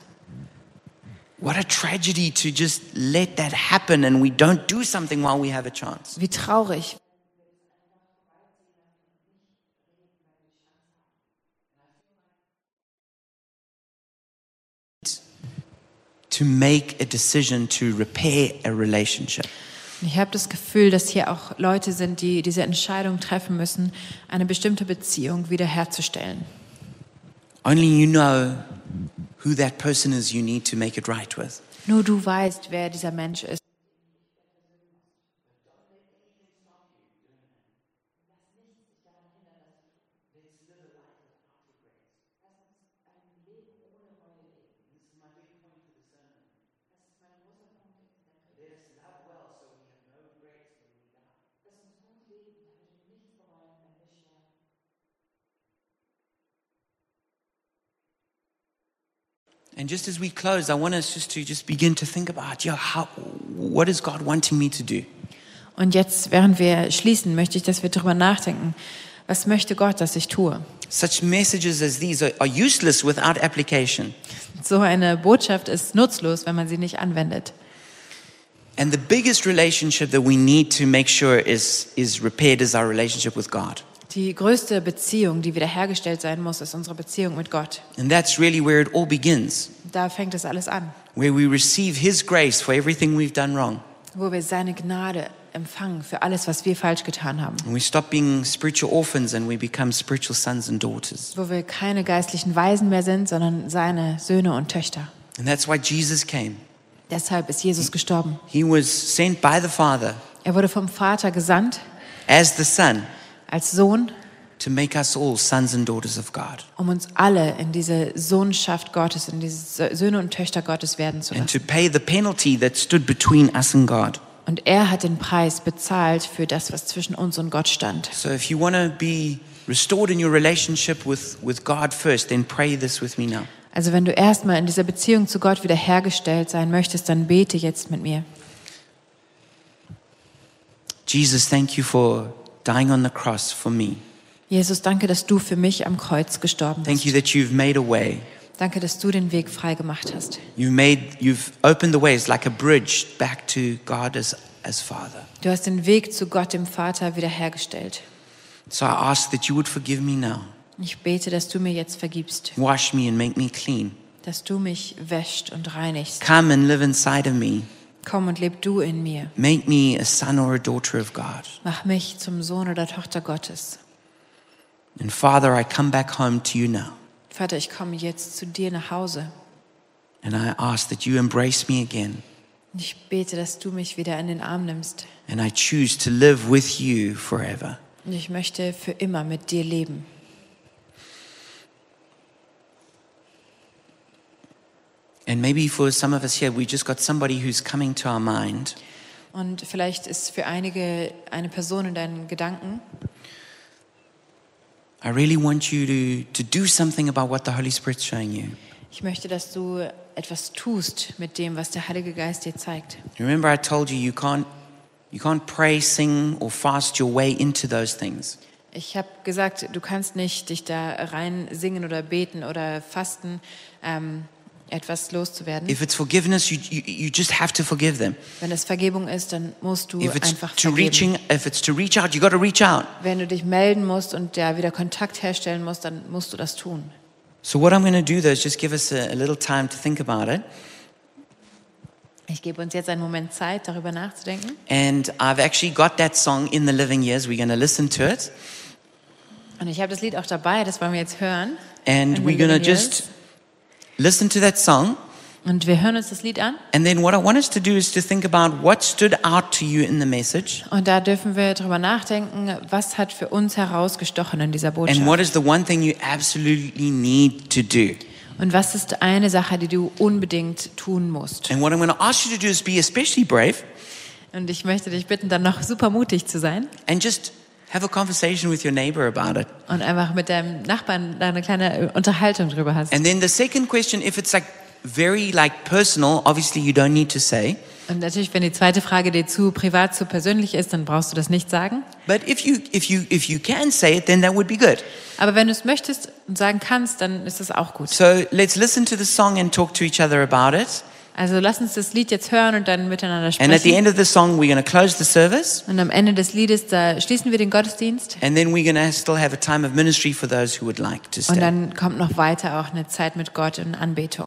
Speaker 1: What a tragedy to just let that happen and we don't do something while we have a chance.
Speaker 2: Wie traurig.
Speaker 1: To make a decision to repair a relationship.
Speaker 2: Und Ich habe das Gefühl, dass hier auch Leute sind, die diese Entscheidung treffen müssen, eine bestimmte Beziehung wiederherzustellen.
Speaker 1: Only you know who that person is you need to make it right with.
Speaker 2: Nur du weißt, wer dieser Mensch ist.
Speaker 1: And just as we close, I want us just to just begin to think about, yo, how, what is God wanting me to do?
Speaker 2: Und jetzt, während wir schließen, möchte ich, dass wir darüber nachdenken, was möchte Gott, dass ich tue?
Speaker 1: Such messages as these are, are useless without application.
Speaker 2: So eine Botschaft ist nutzlos, wenn man sie nicht anwendet.
Speaker 1: And the biggest relationship that we need to make sure is, is repaired is our relationship with God.
Speaker 2: Die größte Beziehung, die wiederhergestellt sein muss, ist unsere Beziehung mit Gott.
Speaker 1: And that's really where it all begins,
Speaker 2: Da fängt das alles an,
Speaker 1: where we receive His grace for everything we've done wrong.
Speaker 2: wo wir seine Gnade empfangen für alles, was wir falsch getan haben.
Speaker 1: And we stop being spiritual orphans and we become spiritual sons and daughters.
Speaker 2: wo wir keine geistlichen Weisen mehr sind, sondern seine Söhne und Töchter.
Speaker 1: And that's why Jesus came.
Speaker 2: Deshalb ist Jesus gestorben.
Speaker 1: He was sent by the Father
Speaker 2: Er wurde vom Vater gesandt
Speaker 1: as the Son
Speaker 2: als Sohn,
Speaker 1: to make us all sons and daughters of God
Speaker 2: um uns alle in diese Sohnschaft Gottes, in diese Söhne und Töchter Gottes werden zu
Speaker 1: and
Speaker 2: lassen.
Speaker 1: to pay the penalty that stood between us and God.
Speaker 2: Und er hat den Preis bezahlt für das, was zwischen uns und Gott stand.
Speaker 1: So if you want to be restored in your relationship with, with God first, then pray this with me now.
Speaker 2: Also wenn du erstmal in dieser Beziehung zu Gott wiederhergestellt sein möchtest, dann bete jetzt mit mir.
Speaker 1: Jesus, thank you for dying on the cross for me.
Speaker 2: Jesus, danke, dass du für mich am Kreuz gestorben
Speaker 1: Thank
Speaker 2: bist.
Speaker 1: you that you've made a way.
Speaker 2: Danke, dass du den Weg frei gemacht hast.
Speaker 1: You made, you've opened the ways like a bridge back to God as, as Father.
Speaker 2: Du hast den Weg zu Gott, dem Vater, wiederhergestellt.
Speaker 1: So I ask that you would forgive me now.
Speaker 2: Ich bete, dass du mir jetzt vergibst,
Speaker 1: Wash me and make me clean.
Speaker 2: dass du mich wäscht und reinigst.
Speaker 1: Come and live inside of me.
Speaker 2: Komm und leb du in mir.
Speaker 1: Make me a son or a daughter of God.
Speaker 2: Mach mich zum Sohn oder Tochter Gottes.
Speaker 1: And Father, I come back home to you now.
Speaker 2: Vater, ich komme jetzt zu dir nach Hause.
Speaker 1: And I ask that you embrace me again.
Speaker 2: Und ich bete, dass du mich wieder in den Arm nimmst.
Speaker 1: And I choose to live with you forever.
Speaker 2: Und ich möchte für immer mit dir leben.
Speaker 1: And maybe for some of us here, we just got somebody who's coming to our mind.
Speaker 2: Und vielleicht ist für einige eine Person in deinen Gedanken.
Speaker 1: I really want you to, to do something about what the Holy Spirit's showing you.
Speaker 2: Ich möchte, dass du etwas tust mit dem, was der Heilige Geist dir zeigt.
Speaker 1: Remember, I told you you can't, you can't pray, sing, or fast your way into those things.
Speaker 2: Ich habe gesagt, du kannst nicht dich da rein singen oder beten oder fasten, ähm, etwas loszuwerden.
Speaker 1: If it's forgiveness, you, you, you just have to forgive them.
Speaker 2: Wenn es Vergebung ist, dann musst du
Speaker 1: If it's
Speaker 2: einfach
Speaker 1: to
Speaker 2: vergeben.
Speaker 1: reaching, if it's to reach out, you got to reach out.
Speaker 2: Wenn du dich melden musst und da wieder Kontakt herstellen musst, dann musst du das tun.
Speaker 1: So what I'm going to do though is just give us a, a little time to think about it.
Speaker 2: Ich gebe uns jetzt einen Moment Zeit, darüber nachzudenken.
Speaker 1: And I've actually got that song in the living years. We're going to listen to it,
Speaker 2: Und ich habe das Lied auch dabei, das wollen wir jetzt hören.
Speaker 1: and
Speaker 2: In the
Speaker 1: we're going to
Speaker 2: Living Years.
Speaker 1: just listen to that song.
Speaker 2: Und wir hören uns das Lied an.
Speaker 1: And then what I want us to do is to think about what stood out to you in the message,
Speaker 2: Und da dürfen wir darüber nachdenken, was hat für uns herausgestochen in dieser
Speaker 1: and
Speaker 2: Botschaft?
Speaker 1: what is the one thing you absolutely need to do.
Speaker 2: Und was ist eine Sache, die du unbedingt tun musst?
Speaker 1: And what I'm going to ask you to do is be especially brave
Speaker 2: Und ich möchte dich bitten, dann noch super mutig zu sein
Speaker 1: and just have a conversation with your neighbor about it.
Speaker 2: und einfach mit deinem Nachbarn da eine kleine äh, Unterhaltung drüber hast.
Speaker 1: And then the second question, if it's like very like personal, obviously you don't need to say.
Speaker 2: Und natürlich, wenn die zweite Frage dir zu privat, zu persönlich ist, dann brauchst du das nicht sagen.
Speaker 1: But if you if you if you can say it, then that would be good.
Speaker 2: Aber wenn du es möchtest und sagen kannst, dann ist es auch gut.
Speaker 1: So let's listen to the song and talk to each other about it.
Speaker 2: Also lass uns das Lied jetzt hören und dann miteinander
Speaker 1: And at the
Speaker 2: sprechen.
Speaker 1: end of the song, we're going to close the service,
Speaker 2: Und am Ende des Liedes, da schließen wir den Gottesdienst.
Speaker 1: and then we're going to still have a time of ministry for those who would like to
Speaker 2: Und
Speaker 1: stay.
Speaker 2: dann kommt noch weiter auch eine Zeit mit Gott und Anbetung.